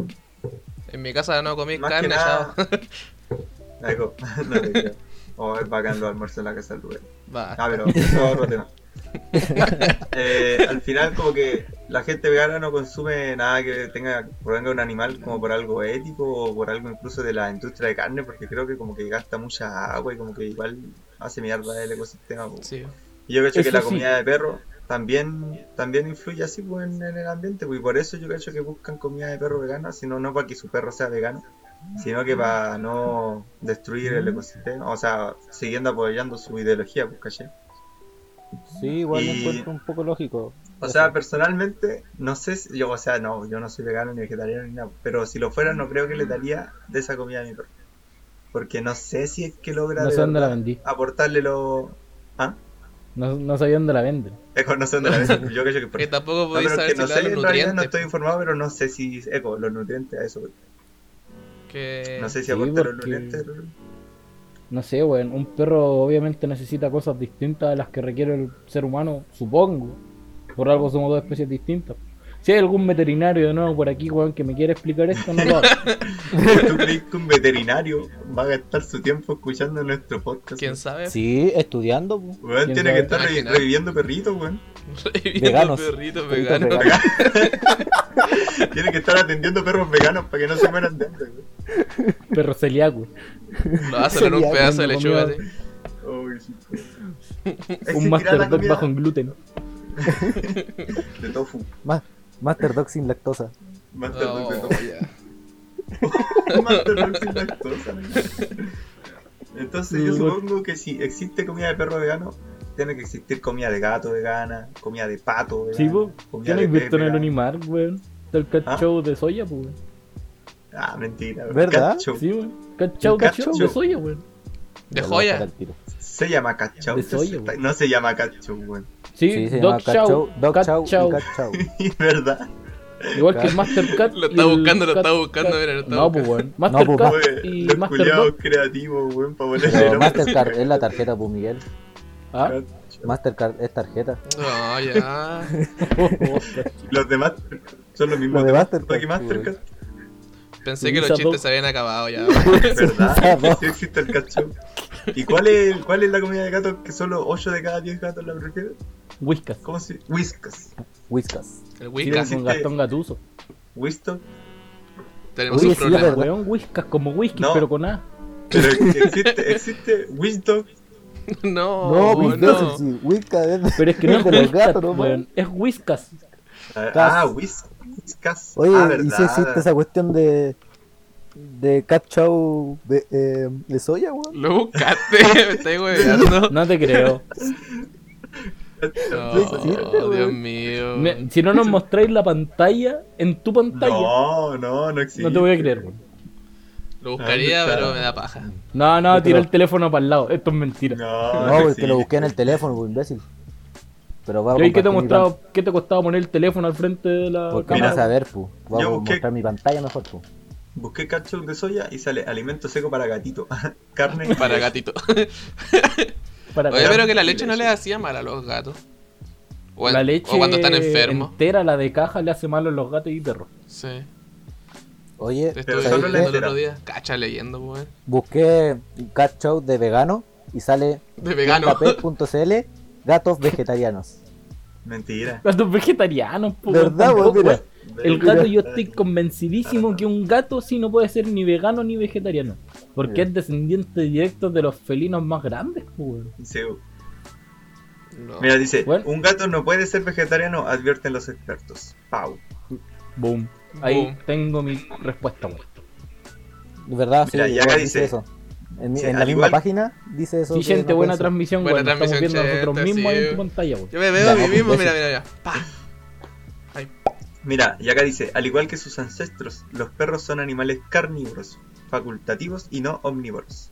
En mi casa no comí más carne, que nada. chao. Algo, no te creo. O es bacán los almuerzos en la casa del Rubén. Va. Ah, pero eso es otro tema. Eh, al final, como que la gente vegana no consume nada que tenga provenga de un animal, como por algo ético o por algo incluso de la industria de carne, porque creo que como que gasta mucha agua y como que igual hace mierda el ecosistema. pues. Sí. Y yo cacho Eso que la sí. comida de perro también, también influye así pues, en, en el ambiente, pues, y por eso yo cacho que buscan comida de perro vegana, sino no para que su perro sea vegano, sino que para no destruir Mm. el ecosistema, o sea, siguiendo apoyando su ideología, pues, ¿cachai? Sí, igual lo Y- encuentro un poco lógico. O sea, personalmente, no sé si, yo, o sea, no, yo no soy vegano ni vegetariano ni nada, pero si lo Mm. fuera no creo que le daría de esa comida a mi perro, porque no sé si es que logra No de sé dónde la verdad vendí. aportarle lo... ¿Ah? No, no sabía dónde la venden. Eco, no sé dónde la venden, yo cacho que por Porque tampoco No, podéis pero saber que si no le sé, dan los en realidad no nutrientes. estoy informado, pero no sé si. Eco, los nutrientes, a eso. voy. que... No sé si sí, aporta los porque- nutrientes. No sé, weón. Un perro obviamente necesita cosas distintas a las que requiere el ser humano, supongo. Por algo somos dos especies distintas. Si hay algún veterinario de nuevo por aquí, weón, que me quiera explicar esto, no lo hago. ¿Tú crees que un veterinario va a gastar su tiempo escuchando nuestro podcast? ¿Quién sabe? Sí, estudiando. pues. Weón, ¿Quién tiene que sabe? estar revi- Imagina. reviviendo perritos, weón. Reviviendo Veganos. perritos Perritos veganos. veganos. Tiene que estar atendiendo perros veganos para que no se mueran de hambre, weón. Perro celíaco. Lo hacen en un Sería pedazo de comiendo lechuga así. comida. Oh, sí. Un Existirá Master la Dog comida bajo en gluten. de tofu. Ma- Master Dog sin lactosa. Master Dog de Oh, tofu. ya. Master Dog sin lactosa. ¿no? Entonces yo Mm. supongo que si existe comida de perro vegano, tiene que existir comida de gato vegana, comida de pato vegana, Sí, po. comida ¿Quién de has visto en pez el vegana. Unimar, weón? Del cat ¿Ah? show de soya, pues, weón. Ah, mentira. ¿Verdad? Cacho. Sí, weón. Cat show, cat cat show show. de soya, weón. De Ya lo joya. voy a sacar al tiro. Se llama cachau. De soya, weón. no se llama cachau, weón. Sí, Sí, se dog llama Cat show, Show, Dog cat Chow show. y Cat Chow. ¿Verdad? Igual que el Master Cat. Lo y está el buscando, lo Cat está buscando, Cat. mira, lo está No, pues, buscando. weón. Master pues, Cat Weón, y Los Master culiados Dog. creativos, weón, para ponerle Pero nombre. Mastercard es la tarjeta, pues Miguel. Ah, Mastercard es tarjeta. No, ya. oh, Los demás son los mismos Los de Dog y Mastercard, Mastercard, Pensé que los Lisa chistes Dog. se habían acabado ya. ¿verdad? Sí existe el cachau. ¿Y cuál es, cuál es la comida de gatos que solo 8 de cada 10 gatos la prefieren? Whiskas. ¿Cómo se Whiskas. Whiskas. Mira, El Wicca. sí. Con Gastón Gatuso. ¿Whiston? Tenemos Oye, un sí, la problema. verdad. Weón, Whiskas como whisky, No. pero con A. Pero existe, existe Wisdom. Oh, No, no. pues, no, sí, sí, Whiskas es Pero es que no es de los Whiskas, gatos, no weón. Es Whiskas. Ah, Whis- Whiskas. Oye, ah, ¿y ¿verdad? si existe esa cuestión de de Cat Chow de, eh, de soya, weón? Lo buscaste, me estoy hueveando. No te creo. Oh, Dios mío. Me- si no nos mostráis la pantalla, en tu pantalla, No, no, no existe. no te voy a creer, weón. Lo buscaría, ¿Dónde está? pero me da paja. No, no, Yo te tira lo- el teléfono para el lado. Esto es mentira. No, no, No, porque existe. Ah, pues, lo busqué en el teléfono, weón, imbécil. Pero va a Yo ahí que te he compartir mi mostrado, ¿qué te costaba poner el teléfono al frente de la pan- Porque cámara? vas a ver, pu. Voy a Yo busqué- mostrar mi pantalla mejor, pues. pu. Busqué ketchup de soya y sale alimento seco para gatito. Carne. Para gatito. Para Oye, acá. pero que la leche no le hacía mal a los gatos. O, en- la leche o cuando están enfermos. entera, la de caja, le hace mal a los gatos y perros. Sí. Oye, Te Pero estuve ¿sabes solo leyendo la qué? el entera. otro día. Cacha leyendo, pues, weón. busqué Cat Chow de vegano y sale De vegano. tapet.cl gatos vegetarianos. Mentira. Gatos vegetarianos, po, ¿Verdad, tampoco, weón? Mira, weón. El gato, yo Mira. estoy convencidísimo que un gato sí no puede ser ni vegano ni vegetariano. Porque Ya. es descendiente directo de los felinos más grandes, po, weón. Sí. No. Mira, dice, Bueno. un gato no puede ser vegetariano, advierten los expertos. Pau. Boom. Ahí Boom. tengo mi respuesta, weón. ¿Verdad? Mira, y acá igual dice- eso. En, mi- Sí, en la al misma igual- página dice eso. Sí, que gente, no buena puede ser. transmisión, Buena weón. Estamos transmisión, viendo a nosotros gente, mismos ahí en sí. tu pantalla, weón. Yo me veo a mí Ya, mismo, pues, mira, eso. mira, mira. Pa. Mira, y acá dice, al igual que sus ancestros, los perros son animales carnívoros, facultativos y no omnívoros.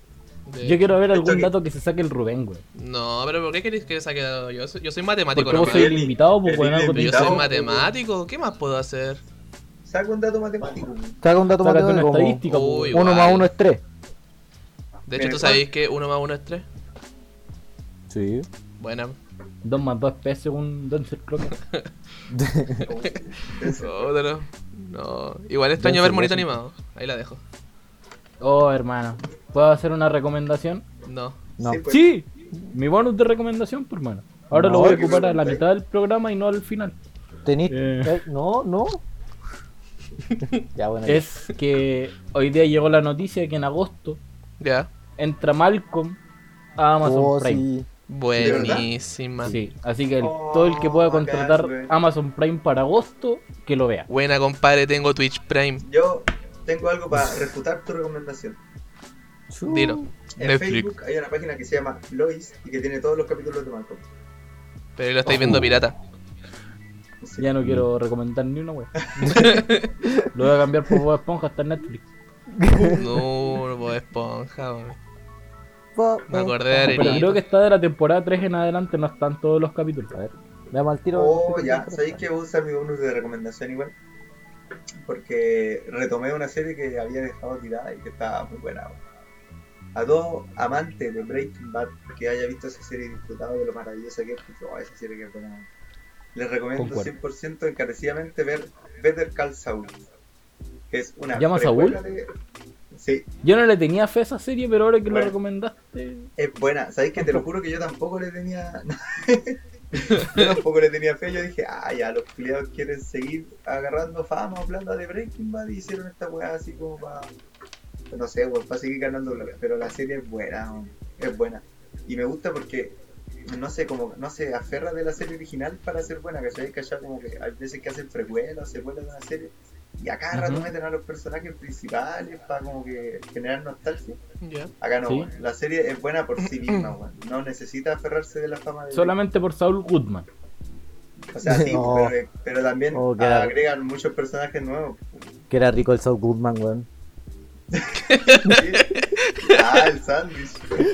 De- Yo quiero ver Esto algún que- dato que se saque el Rubén, weón. No, pero ¿por qué queréis que saque yo? Yo soy, yo soy matemático, Porque no vos sois Miguel, el invitado, el pues weón, algo Pero yo invitado. soy Invitado. matemático, ¿qué más puedo hacer? Saca un dato matemático. Saca un dato Sácate una matemático como estadística, po, Uy, weón. 1 más Igual. 1 es 3. De hecho, Mira, ¿tú sabéis que 1 más 1 es 3? Sí. Buena. 2 más 2 pesos según Denzel Crocker. Otro. No. Igual este año Denzel ver bonito Washington. animado. Ahí la dejo. Oh, hermano. ¿Puedo hacer una recomendación? No. No. Sí, pues. ¡Sí! Mi bonus de recomendación, pues, hermano. Ahora lo No, voy a que ocupar a la perfecto. mitad del programa y no al final. Tenís. Eh. eh, No, no. ya, bueno. ya. Es que hoy día llegó la noticia de que en agosto Ya. entra Malcolm a Amazon Oh, Prime. sí. Buenísima. Sí, así que el- Oh, todo el que pueda bacán, contratar güey. Amazon Prime para agosto, que lo vea. Buena, compadre, tengo Twitch Prime. Yo tengo algo para refutar tu recomendación. Chu. Dilo. En Netflix. Facebook hay una página que se llama Lois y que tiene todos los capítulos de Malcolm. Pero lo estáis viendo pirata. Sí. Ya no Mm. quiero recomendar ni una wea. lo voy a cambiar por Bob Esponja hasta en Netflix. No, Bob Esponja, weón. Pa- Me pa- acordé de Pero creo Arenito. que está de la temporada 3 en adelante, no están todos los capítulos. A ver, veamos al tiro. Oh, ya, sabéis que voy a usar mi bonus de recomendación igual. Porque retomé una serie que había dejado tirada y que estaba muy buena. A todo amante de Breaking Bad que haya visto esa serie y disfrutado de lo maravillosa que es, pues, oh, esa serie que es buena. Les recomiendo Concuerdo. 100% encarecidamente ver Better Call Saul. Que es una. ¿Llama precuela de- Sí, Yo no le tenía fe a esa serie, pero ahora que lo Bueno. recomendaste. Es buena, sabéis que te lo juro que yo tampoco le tenía. yo tampoco le tenía fe. Yo dije, ah, ya, los culiados quieren seguir agarrando fama o plata de Breaking Bad y hicieron esta weá así como para. No sé, weón, para seguir ganando plata. Pero la serie es buena, weón, es buena. Y me gusta porque no sé, como no se aferra de la serie original para ser buena, ¿cachai? Que allá como que hay veces que hacen precuelas o secuelas de una serie y acá cada rato Ujú. meten a los personajes principales para como que generar nostalgia. Ya. Acá no, Sí. weón. la serie es buena por sí misma, weón. No necesita aferrarse de la fama de Solamente por Saul Goodman. O sea, sí, No. pero, eh, pero también Oh, qué raro. agregan muchos personajes nuevos. Que era rico el Saul Goodman, weón. ¿sí? ah, el sándwich.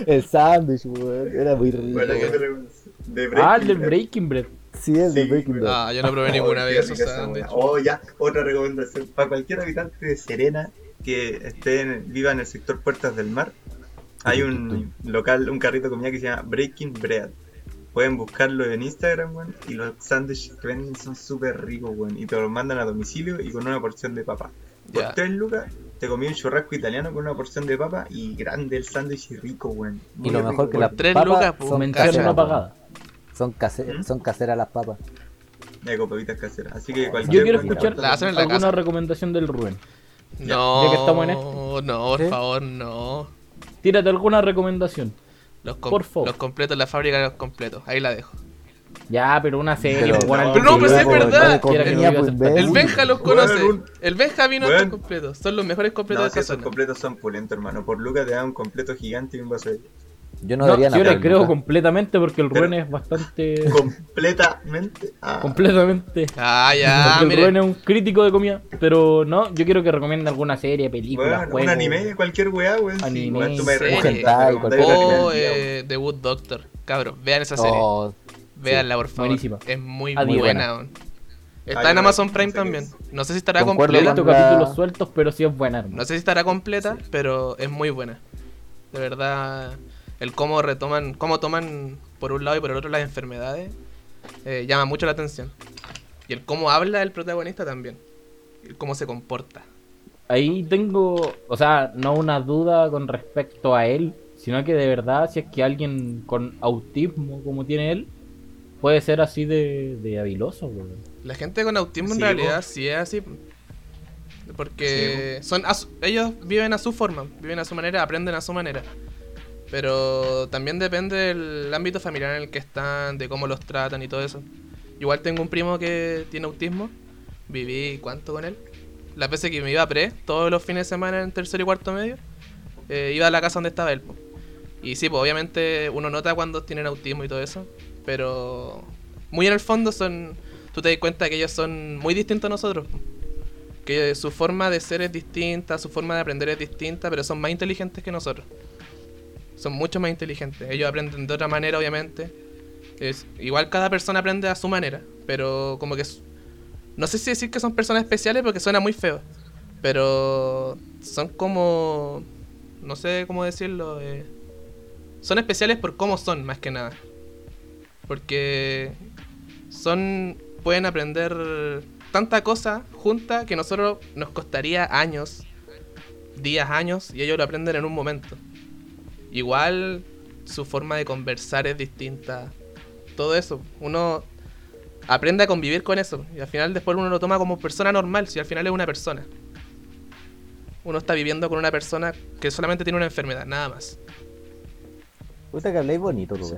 El sándwich, weón. Era muy rico. Bueno, ¿qué weón. te reconoce? De ah, el del Bad. Breaking Bread. Sí, el de Sí, Breaking weón. Bad. Ah, yo no probé Oh, ninguna qué de esos rica esa sándwiches. weá. Oh, ya, otra recomendación. Para cualquier habitante de Serena que esté en- viva en el sector Puertas del Mar, hay un local, un carrito de comida que se llama Breaking Bread. Pueden buscarlo en Instagram, weón, y los sándwiches que venden son súper ricos, weón, y te los mandan a domicilio y con una porción de papa. Por Ya. 3 lucas te comí un churrasco italiano con una porción de papa y grande el sándwich y rico, weón. Muy Y lo rico, mejor que weón. las tres papas lucas, pues, son mención Canción caseras. no Cachai. weón. pagada. Son, case- ¿Mm? son caseras las papas. De copapitas caseras. Así que Yo cualquier Yo quiero weón que escuchar La hacen en la alguna casa. recomendación del Rubén. No, Ya que estamos en no, por ¿Sí? favor, no. Tírate alguna recomendación. Los, com- Por favor. los completos, la fábrica de los completos. Ahí la dejo. Ya, pero una serie. Pero- bueno, Pero no, que pues yo es hago, verdad. no quiera que Comida, lo digas pues, hasta ve. el El Uy, último. Benja los bueno, conoce. un- El Benja vino Bueno. estos completos. Son los mejores completos No, de si esos Casona. completos son pulentos, hermano. Por Lucas te dan un completo gigante y un vaso de Yo no, No, daría yo nada. le creo nunca. completamente porque el Pero- Rubén es bastante. completamente. Ah, completamente. Ah, ya, porque el Rubén mire. es un crítico de comida. Pero no, yo quiero que recomiende alguna serie, película, weón, juego. un anime, cualquier weá, weón. sí, Anime, weón, tú me serie. recomendaste, me Hentai, recomendaste cualquier un O anime, weón. eh, The Wood Doctor. Cabros, vean esa serie. Oh, Veanla, por favor. buenísima. Es muy, Ah, muy muy buena. weón. Ay, Está en no, Amazon no sé Prime qué es. también. No sé si estará Concuerdo Le he completa. visto con la- capítulos sueltos, pero sí es buena, hermano. No sé si estará completa, pero es muy buena. De verdad, el cómo retoman, cómo toman por un lado y por el otro las enfermedades, eh, llama mucho la atención. Y el cómo habla el protagonista también. Y el cómo se comporta. Ahí tengo, o sea, no una duda con respecto a él, sino que de verdad, si es que alguien con autismo como tiene él, puede ser así de, de habiloso, weón. La gente con autismo en Sí, realidad po. sí es así. Porque son a su- ellos viven a su forma, viven a su manera, aprenden a su manera. Pero también depende del ámbito familiar en el que están, de cómo los tratan y todo eso. Igual tengo un primo que tiene autismo. Viví cuánto con él. Las veces que me iba a pre, todos los fines de semana en tercero y cuarto medio, eh, iba a la casa donde estaba él. po. Y sí, pues obviamente uno nota cuando tienen autismo y todo eso. Pero muy en el fondo son. Tú te das cuenta que ellos son muy distintos a nosotros. po. Que su forma de ser es distinta, su forma de aprender es distinta, pero son más inteligentes que nosotros. Son mucho más inteligentes. Ellos aprenden de otra manera, obviamente. Es, igual cada persona aprende a su manera, pero como que... s- No sé si decir que son personas especiales porque suena muy feo, pero son como... No sé cómo decirlo. eh, son especiales por cómo son, más que nada. Porque son... Pueden aprender tanta cosa junta que nosotros nos costaría años, días, años, y ellos lo aprenden en un momento. Igual su forma de conversar es distinta todo eso. Uno aprende a convivir con eso. Y al final después uno lo toma como persona normal, si al final es una persona. Uno está viviendo con una persona que solamente tiene una enfermedad, nada más. Puta que habléis bonito, Rubén.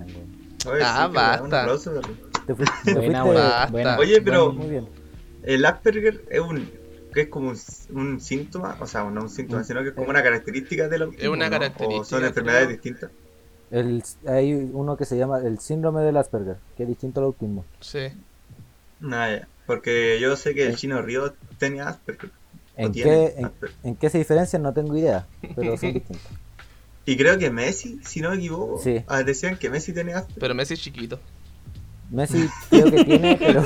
weón. Oye, Ah, sí, que weón, un basta. aplauso, weón. Te fuiste, te Buena, fuiste- weá. weón, buena. Oye, pero- Muy bien. El Asperger es un. Que es como un, un síntoma, o sea, no un síntoma, sino que es como una característica del autismo. Es una ¿no? característica, O son enfermedades creo. distintas. El- hay uno que se llama el síndrome del Asperger, que es distinto al autismo. Sí. Nada, Ah, ya. Porque yo sé que el chino Río tenía Asperger. o ¿En tiene qué, en, Asperger. en qué se diferencian? No tengo idea, pero son distintos. Y creo que Messi, si no me equivoco, Sí. ah, decían que Messi tenía Asperger. Pero Messi es chiquito. Messi creo que tiene, pero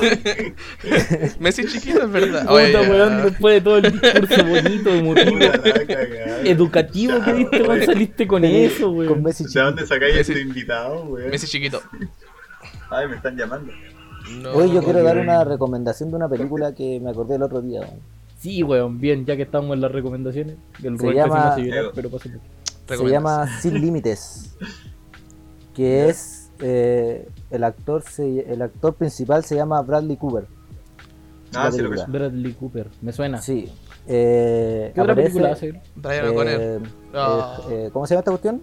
Messi es chiquito, es verdad. Puta, Oye, ya. weón, después de todo el discurso bonito, emotivo, Puta la cagada. educativo que diste, Chao, weón, weón. saliste con eso, con weón. Messi ¿De dónde sacáis Messi- este invitado, weón? Messi es chiquito. Ay, me están llamando. No. Hoy yo quiero Ok. dar una recomendación de una película que me acordé el otro día. weón. Sí, weón, bien, ya que estamos en las recomendaciones. El Se Rubén casi llama- me hace llorar, pero pasa mucho. Se Recomiendas. llama Sin Límites, que es eh, el actor se- el actor principal se llama Bradley Cooper. Ah, sí, lo que película. Bradley Cooper, me suena. Sí. eh, Ah. ¿Qué otra aparece, película hace? Brian eh, O'Connor. eh, Ah. eh, ¿Cómo se llama esta cuestión?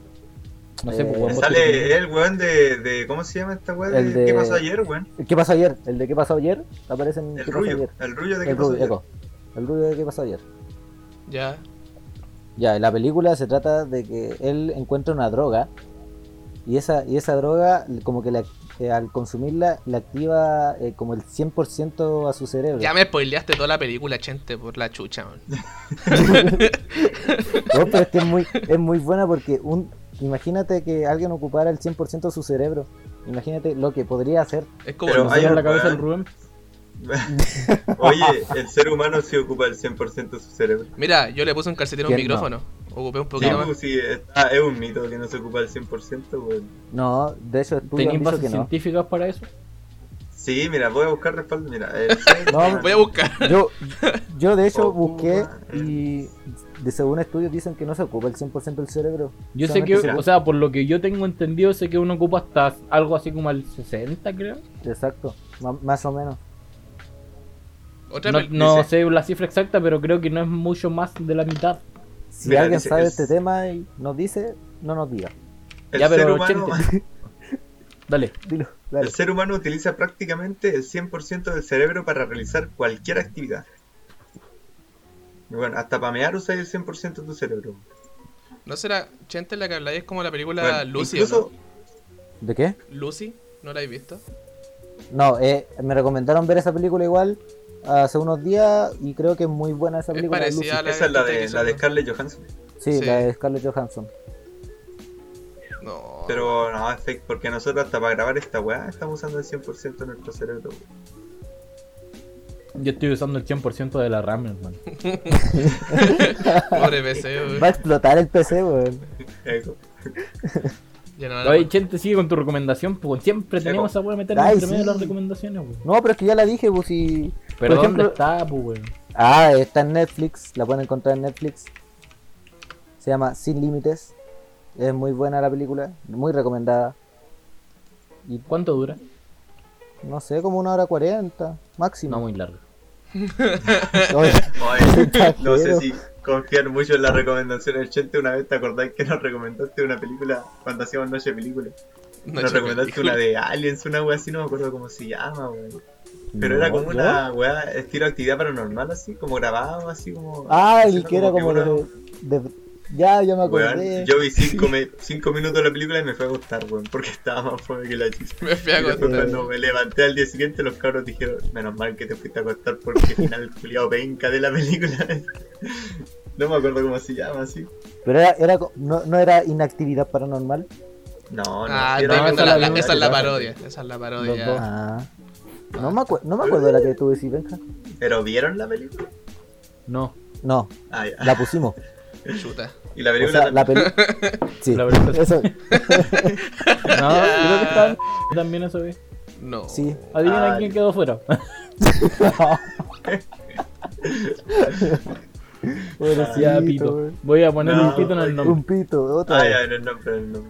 No sé, Eh, pues, weón, vos tenés Sale que- el weón de, de. ¿Cómo se llama esta weá? El De... de- ¿Qué pasó ayer, weón? ¿Qué pasó ayer? ¿El de qué pasó ayer? Aparece en El ¿Qué pasó rubio. ayer? El rubio de qué El pasó rubio, ayer. eco. El rubio de qué pasó ayer. Ya. Ya, en la película se trata de que él encuentra una droga y esa, y esa droga como que, la- que al consumirla le activa eh, como el 100% a su cerebro. Ya me spoileaste toda la película, chente, por la chucha, man. No, Oh, pero es que es muy, es muy buena porque un, imagínate que alguien ocupara el 100% de su cerebro. Imagínate lo que podría hacer. Es como. Pero ¿No hay se un la cabeza weón. el Rubén? Oye, el ser humano sí ocupa el 100% de su cerebro. Mira, yo le puse un calcetín a un ¿Quién no? micrófono. Ocupé un Sí, poquito más. pues, sí, está- es un mito que no se ocupa el 100%, weón. No, de hecho, estudios ¿Tenéis han dicho bases que no. científicas para eso? Sí, mira, voy a buscar respaldo. Mira, No, Voy a buscar. Yo, yo de hecho Oh, busqué puta. y de según estudios dicen que no se ocupa el 100% del cerebro. Yo sé Solamente que, será. o sea, por lo que yo tengo entendido, sé que uno ocupa hasta algo así como el 60, creo. se- Exacto, ma- más o menos. Otra no pel- no dice- sé la cifra exacta, pero creo que no es mucho más de la mitad. Si Mira, alguien dice, sabe es- este tema y nos dice, no nos diga. El ya, ser pero humano. chente. Dale. Dilo, dale. El ser humano utiliza prácticamente el 100% del cerebro para realizar cualquier actividad. Y bueno, hasta pamear usáis el 100% de tu cerebro. ¿No será Chente la que habláis? Es como la película Bueno, Lucy, incluso- ¿o no? ¿De qué? Lucy, ¿no la habéis visto? No, eh, me recomendaron ver esa película igual hace unos días y creo que es muy buena esa Es película. parecida Lucy. a la- Esa es la que te de, hizo, la de ¿no? Scarlett Johansson. Sí, sí. la de Scarlett Johansson. No. Pero no, es fake, porque nosotros hasta para grabar esta weá estamos usando el 100% de nuestro cerebro. Yo estoy usando el 100% de la RAM, hermano. Pobre PC, wey. Va a explotar el PC, weón. Eco. Ya no van a- Oye, gente, sigue con tu recomendación, pues siempre Ah, Sí, tenemos pues. esa weá meternos Ay, entre medio de sí. las recomendaciones, weón. No, pero es que ya la dije, pues si... Pero ¿dónde Por ejemplo- está, pues, weón? Ah, está en Netflix, la pueden encontrar en Netflix. Se llama Sin Límites. Es muy buena la película, muy recomendada. ¿Y cuánto dura? No sé, como una hora cuarenta, máximo. No muy largo. Oye, Oye, no sé Exagero. si confiar mucho en las recomendaciones del Chente. Una vez te acordáis que nos recomendaste una película cuando hacíamos Noche de Película. no, Nos chico, recomendaste hijo. una de Aliens, una weá así, no me acuerdo cómo se llama, weón. Pero no, era como ¿yo? una weá estilo actividad paranormal, así, como grabado, así como. Ah, el haciendo que era como una- de, de- Ya, ya me Weón, acordé. yo vi 5 minutos de la película y me fue a gustar, weón, porque estaba más fome que la chiste. Me fui a Y después acostar. cuando me levanté al día siguiente, los cabros dijeron, menos mal que te fuiste a acostar porque al final el culiao penca de la película. no me acuerdo cómo se llama, así. Pero era, era co- no, no era inactividad paranormal. No, no. Ah, sí, no, era esa, una es la, película esa es la que- parodia. Esa es la parodia. Los dos. Ah. No me, acuer- no me acuerdo de la que tú decís, Benja. ¿Pero vieron la película? No, No, Ah, ya. la pusimos. Chuta. Y la Ah, O película sea, la también. peli... Sí, La película sí. eso, no, creo que está también eso, vi. No. sí. Ah, Adivina Ay. quién quedó fuera. Pobrecito, ya, pito. weón. Voy a poner No, un pito en el no. Un nombre. pito, otra. Ah, vez. ya, no, no, pero no.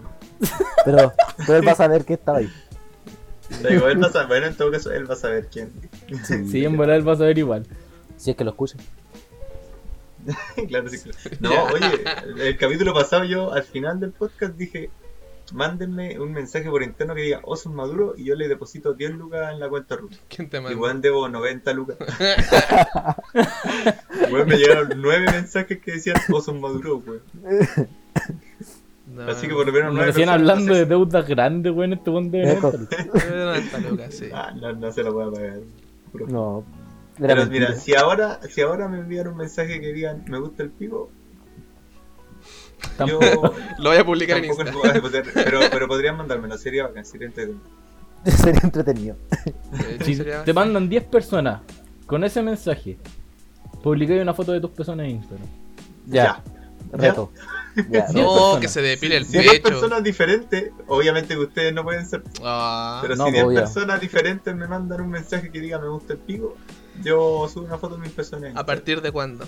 Pero, pero él va a saber que estaba ahí. Da igual, él va a saber- bueno, en todo caso, él va a saber quién. Sí, en volar vas a ver igual. Si es que lo escucha. claro, sí, claro. No, oye, el- el capítulo pasado yo al final del podcast dije, mándenme un mensaje por interno que diga Osos Maduro y yo le deposito 10 lucas en la cuenta RUT. ¿Quién te Y mandó? weón debo 90 lucas. weón me llegaron 9 mensajes que decían Osos Maduro, weón. No, Así que por lo menos 9 Recién hablando de deudas grandes, weón, este weón debe Eco. levantarlo. no, está loca, sí. Ah, no, no se la voy a pagar. Puro. No. Era Pero mira, mentira. si ahora, si ahora me envían un mensaje que digan me gusta el pico, yo Tampoco. Lo voy a publicar en tampoco Instagram. lo voy a poder, pero, pero podrían mandármelo, sería bacán, sería entretenido. Sería entretenido. Si te mandan 10 personas con ese mensaje, publicáis una foto de tus personas en Instagram. Ya. Ya. Reto. Ya, Sí. reto. No, personas. Oh, que se depile el Si hay dos pecho. personas diferentes, obviamente que ustedes no pueden ser, Ah, pero no, si 10 obvio. personas diferentes me mandan un mensaje que diga me gusta el pico, yo subo una foto de mis personas. ¿A partir de cuándo?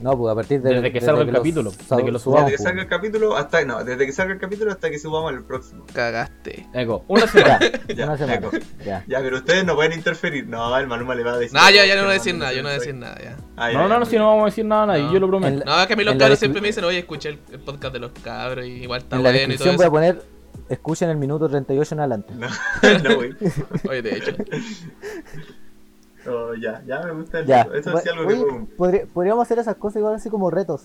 No, pues a partir de, Desde que salga el los capítulo, sau- de que lo subamos, subamos, Desde que pues. salga el capítulo hasta no, desde que salga el capítulo hasta que subamos el próximo. Cagaste. Eco, una semana. Ya, Una semana. eco. Ya. Ya, pero ustedes no pueden interferir. No, el Maluma le va a decir. No, ya, ya no voy voy a decir nada, yo no voy a decir nada, ya. no, no, no, si no vamos a decir nada a nadie, No. yo lo prometo. En la- No, es que a mí los en la cabros descri- siempre me dicen, oye, escuché el, el podcast de los cabros y igual está En la bueno y todo descripción voy a eso. poner, escuchen el minuto 38 en adelante. No, no, güey. Oye, de hecho. Oh, ya, ya me gusta el Ya. Eso sí Oye, algo que puedo- podri- podríamos hacer esas cosas igual así como retos.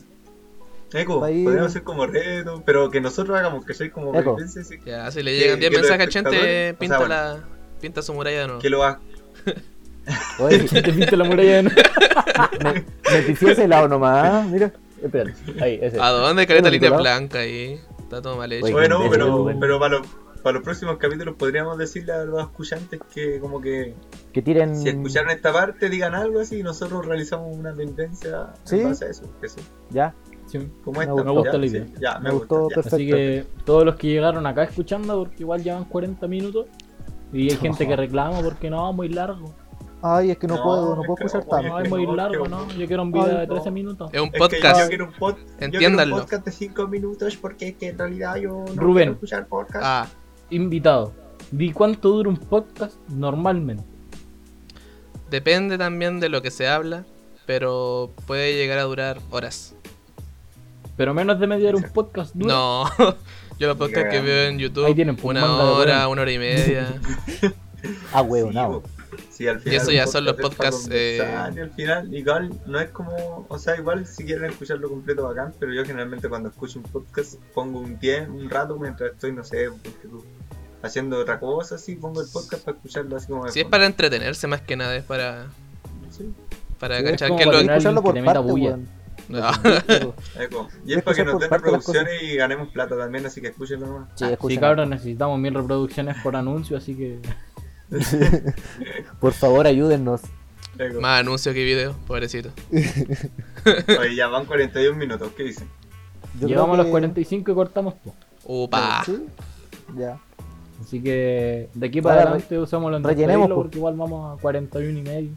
Eco, ahí- podríamos ser como reto, pero que nosotros hagamos, que soy como Eco. Felipense, sí, Ya, si le Que- llegan 10 que los mensajes a Chente, espectadores- pinta o sea, la. Pinta su muralla de nuevo. que lo haga. Oye, Si te viste la muralla de nuevo. me, me pifié ese lado nomás, ¿eh? mira. Espérate, ahí, ese. ¿A dónde? Caleta Bueno, línea Nicolau. blanca ahí. Está todo mal hecho. Oye, Bueno, desde pero, luego. pero para, los, para los próximos capítulos podríamos decirle a los escuchantes que como que Que tiren... si escucharon esta parte digan algo así y nosotros realizamos una tendencia ¿Sí? en base a eso. eso. Ya, Sí. Como Me esta, gustó. ¿ya? Me gustó la Sí, idea. ya, me, me gustó, gusta, ya. perfecto. Así que todos los que llegaron acá escuchando, porque igual llevan 40 minutos. Y hay gente que reclama porque no, muy largo. Ay, es que no, No, puedo, no es puedo que escuchar no, tanto. oye, No, es muy no, largo, que- ¿no? Yo quiero un video Ay, de no. 13 minutos. Es un Es que yo podcast. quiero un, pod- yo quiero un Entiéndanlo. podcast de 5 minutos porque es que en realidad yo no Rubén. quiero escuchar podcast. Ah, Invitado. Di cuánto dura un podcast normalmente. depende también de lo que se habla, pero puede llegar a durar horas. Pero menos de media hora un podcast dura. No, yo los podcasts que Cagando. veo en YouTube, Ahí tienen, pues, una manga de hora, weón. una hora y media. Ah, huevo, Sí, no. bo. Sí, al Y eso el ya son los podcast es podcasts, para eh, conversar, y al final, igual, no es como. O sea, igual si quieren escucharlo completo, bacán. Pero yo generalmente cuando escucho un podcast pongo un tiempo, un rato mientras estoy, no sé, porque tú, haciendo otra cosa, así pongo el podcast para escucharlo así como. de Si es fondo. para entretenerse más que nada, es para, Sí, para Sí, es cachar como que para lo... tener- Escucharlo por que le meta parte, bulla. weón. No. Pero- eco. Y Voy es a para que escuchar nos por den parte las cosas. reproducciones y ganemos plata también, así que escúchenlo nomás. Sí, Ah, Sí, escuchen. cabrón, necesitamos mil reproducciones por anuncio, así que. Por favor, ayúdennos. Eco. Más anuncio que video, pobrecito. Oye, ya van 41 minutos, ¿qué dicen? Yo Llegamos a creo los que- 45 y cortamos. po. Upa. Sí, ya. Así que de aquí para Ahora adelante usamos los pues. rellenemos, pues. po. porque igual vamos a 41 y medio.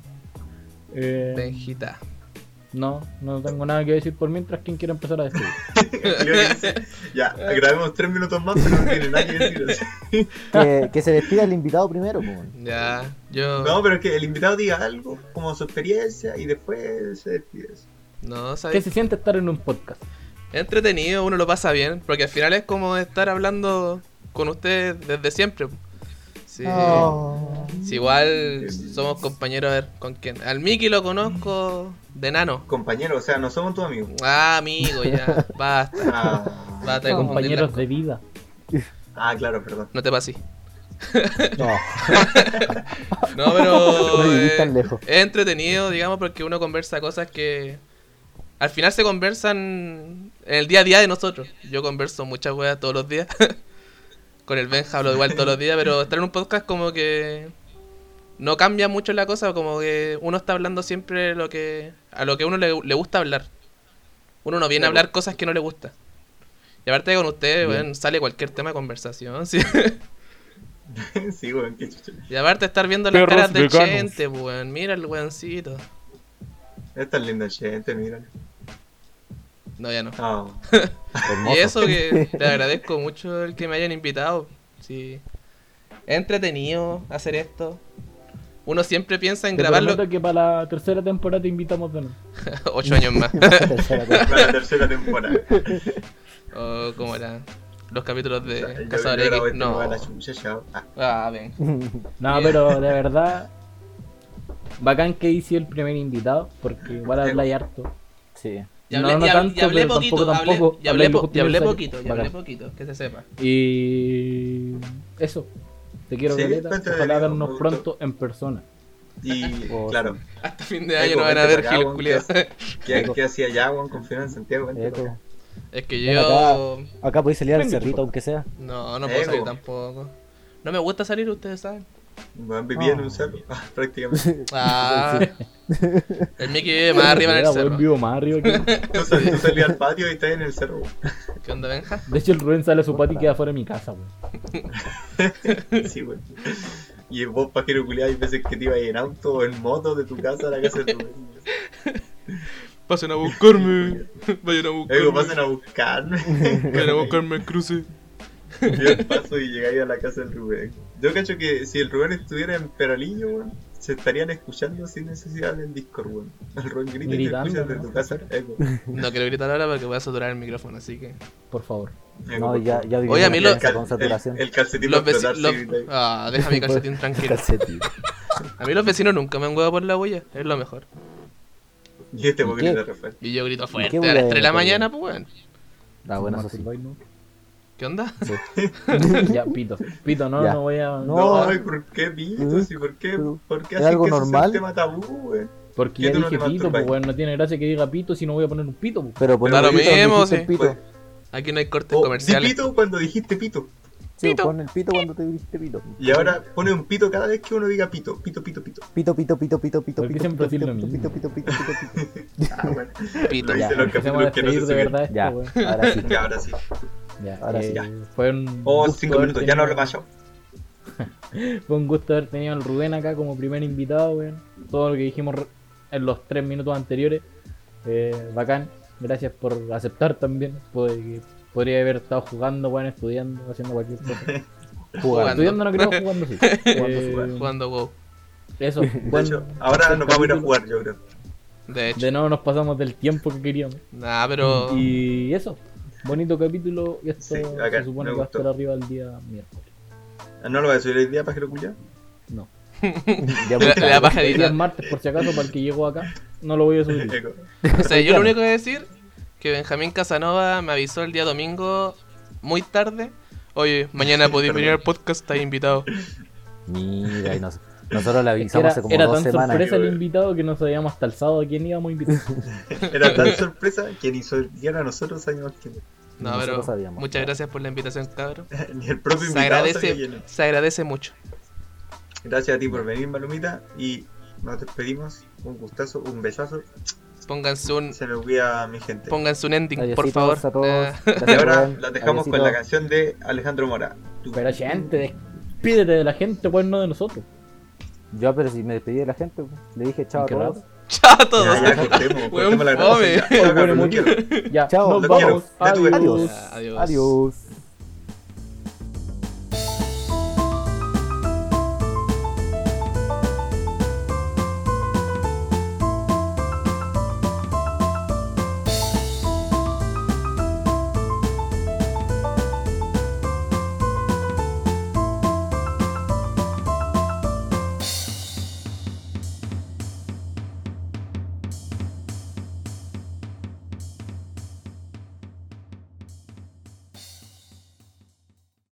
Eh, Benjita. no, no tengo nada que decir por mientras. ¿Quién quiere empezar a decir? ya, grabemos 3 minutos más, pero no tiene nada que decir. así. Que, que se despida el invitado primero, po, weón. Ya, yo... No, pero es que el invitado diga algo, como su experiencia, y después se despide. No, ¿Qué ¿sabes? se siente estar en un podcast? Entretenido, uno lo pasa bien, porque al final es como estar hablando con ustedes desde siempre. Sí. Oh. Si igual somos compañeros, a ver, ¿con quién? Al Miki lo conozco de nano. Compañero, o sea, no somos tus amigos. Ah, amigo, ya, basta. Ah, Basta de confundir las Compañeros de vida. ah, claro, perdón. No te pases. No, No, No pero. me eh, llegué tan lejos. es entretenido, digamos, porque uno conversa cosas que. Al final se conversan en el día a día de nosotros. Yo converso muchas weas todos los días. Con el Benja hablo igual todos los días, pero estar en un podcast como que. No cambia mucho la cosa, como que uno está hablando siempre lo que a lo que uno le, le gusta hablar. Uno no viene a hablar cosas que no le gusta. Y aparte con ustedes, weón, sale cualquier tema de conversación. sí. sí, weón, qué chucho. Y aparte estar viendo las Perros caras de veganos. gente, pues, weón. Mira el weoncito. Es tan linda gente, mira. No, ya no. Ah, hermoso. Y eso que te agradezco mucho el que me hayan invitado. Sí. Es entretenido hacer esto. Uno siempre piensa en Te grabarlo prometo que para la tercera temporada te invitamos de nuevo. ocho años más. para la tercera temporada. o como eran los capítulos O sea, de yo- Cazador yo grabo X. este, me voy a No. la chucha, chao. Ah, Ah, ven. No, Bien. pero de verdad, bacán que hice el primer invitado, porque igual habláis harto. Sí. Y No, hablé, no y hab- tanto, y hablé pero poquito, tampoco, hablé- tampoco, y hablé, hablé lo po- justo y hablé necesario. poquito, y hablé Bacán. poquito, que se sepa. Y eso, te quiero Sí, Violeta, cuenta de ojalá Dios, me vernos gustó. pronto en persona. Y Oh, claro, Hasta fin de año Eco, no van a pues, vente ver para acá, Gil weón, culiao. ¿qué, qué hacía ya, weón, confinado en Santiago? Vente para Eco. acá. Es que Ven yo. acá, Eh, acá podéis salir al Ven, cerrito, por aunque sea. No, no puedo Eco. salir tampoco. No me gusta salir, ustedes saben. Weón, vivía en un cerro, ah, prácticamente. Ah. El Mickey vive más arriba en Era, el weón, cerro. vivo más arriba que- Tú, sal- tú salías al patio y estabas en el cerro. weón. ¿Qué onda, Benja? De hecho, el Rubén sale a su patio y queda fuera de mi casa, weón. Sí, weón. Y vos, pajero culiado, hay veces que te ibas en auto o en moto de tu casa a la casa de tu vecino. Pasen a buscarme. Vayan a Luego Eh, buscarme. pasen a buscarme. Vayan a buscarme el cruce. Yo el paso y llegáis a la casa del Rubén. Yo cacho que si el Rubén estuviera en Peralillo, weón, se estarían escuchando sin necesidad del Discord, weón. El Rubén grita y te Gritando, escuchas desde ¿no? tu casa. Eco. No quiero gritar ahora porque voy a saturar el micrófono, así que. Por favor. Eco, No, por ya, favor. ya vivimos Oye, a mí en lo- El, esa cal- con saturación. el, el calcetín Los va a explotar eh. vecinos. si los- gritáis. Ah, deja mi calcetín tranquilo. Calcetín. A mí los vecinos nunca me han huevo por la huella, es lo mejor. Y este ¿Y poquito qué? de Rafael. Y yo grito fuerte a huella las 3 de la hay, mañana, pues weón. Ah, bueno, eso sí. Masturbáis, ¿no? ¿Qué onda? Ya, pito. Pito, no, Ya. no voy a. No. No, ay, ¿por qué pitos? ¿Y por qué? Pero- ¿Por qué ¿es hacen algo que eso sea normal? un tema tabú, weón? ¿Qué Porque ya tú no dije te pito, pues masturbáis? weón, no tiene gracia que diga pito si no voy a poner un pito, pues. Pero por Da lo el pito, mismo, dijiste sí. el pito. Pues- Aquí no hay cortes Oh, di comerciales. pito cuando dijiste pito. Sí, Pito. pon el pito cuando te dijiste pito. Y ahora pone un pito cada vez que uno diga pito. Pito, pito, pito. Pito, pito, pito, pito, pito, ¿Por qué pito, siempre pito, decís lo pito, mismo? pito, pito, pito, pito, pito. Ah, bueno. Pito. Lo Ya, hice en los Empecemos a capítulos que no se despedir de subieron. verdad esto, Ya, weón. ahora sí. Ya, ahora sí. Ya, Ahora sí, eh, ya. Fue un. Oh, gusto cinco haber minutos. Ya no hablo tenido- más yo. Fue un gusto haber tenido al Rubén acá como primer invitado, weón. Todo lo que dijimos re- en los tres minutos anteriores. Eh, bacán. Gracias por aceptar también. Pod- Podría haber estado jugando, weón, estudiando, haciendo cualquier cosa. Jugando. Estudiando no creo, jugando sí. Eh, Jugando wow. Eso, De bueno, hecho, ahora nos vamos a ir a capítulo. jugar, yo creo. De hecho. de nuevo nos pasamos del tiempo que queríamos. Nah, pero. Y eso, bonito capítulo. Y esto Oh. Sí, acá, se supone me que va a gustó. estar arriba el día miércoles. Ah, No lo voy a subir hoy día para que lo cuya. No. Ya Le- muy le da tarde. paja El día editar. martes, por si acaso, para el que llegó acá, no lo voy a subir. Eco. O sea, yo lo único que decir que Benjamín Casanova me avisó el día domingo muy tarde. Oye, mañana podéis venir al podcast, estáis invitado. Mira, y nos- nosotros le Es que avisamos Era, hace como era dos tan semanas. sorpresa el weón. invitado que no sabíamos hasta el sábado a quién íbamos a invitar. Era tan sorpresa que ni siquiera nosotros sabíamos quién era. No, Nosotros pero sabíamos. muchas gracias por la invitación, cabrón. Ni el propio invitado Se sabía agradece, quién era. se agradece mucho. Gracias a ti por venir, Malumita. Y nos despedimos. Un gustazo, un besazo. Pónganse un, Se me olvida mi gente. pónganse un ending, por Adiositos favor. a todos. Ah. Gracias, Y ahora Rubén. la dejamos con Adiosito. la canción de Alejandro Mora. Tú. Pero gente, despídete de la gente, pues no de nosotros. Ya, pero si me despedí de la gente, pues, le dije chao a Qué todos. Chao a todos. Ya, ya, cortemos, cortemos la Weón, fome. grabación. ya. Ya, Bueno, lo mucho. quiero. Ya, Chao, nos lo quiero. vamos. Detuve. Adiós. Adiós. Adiós.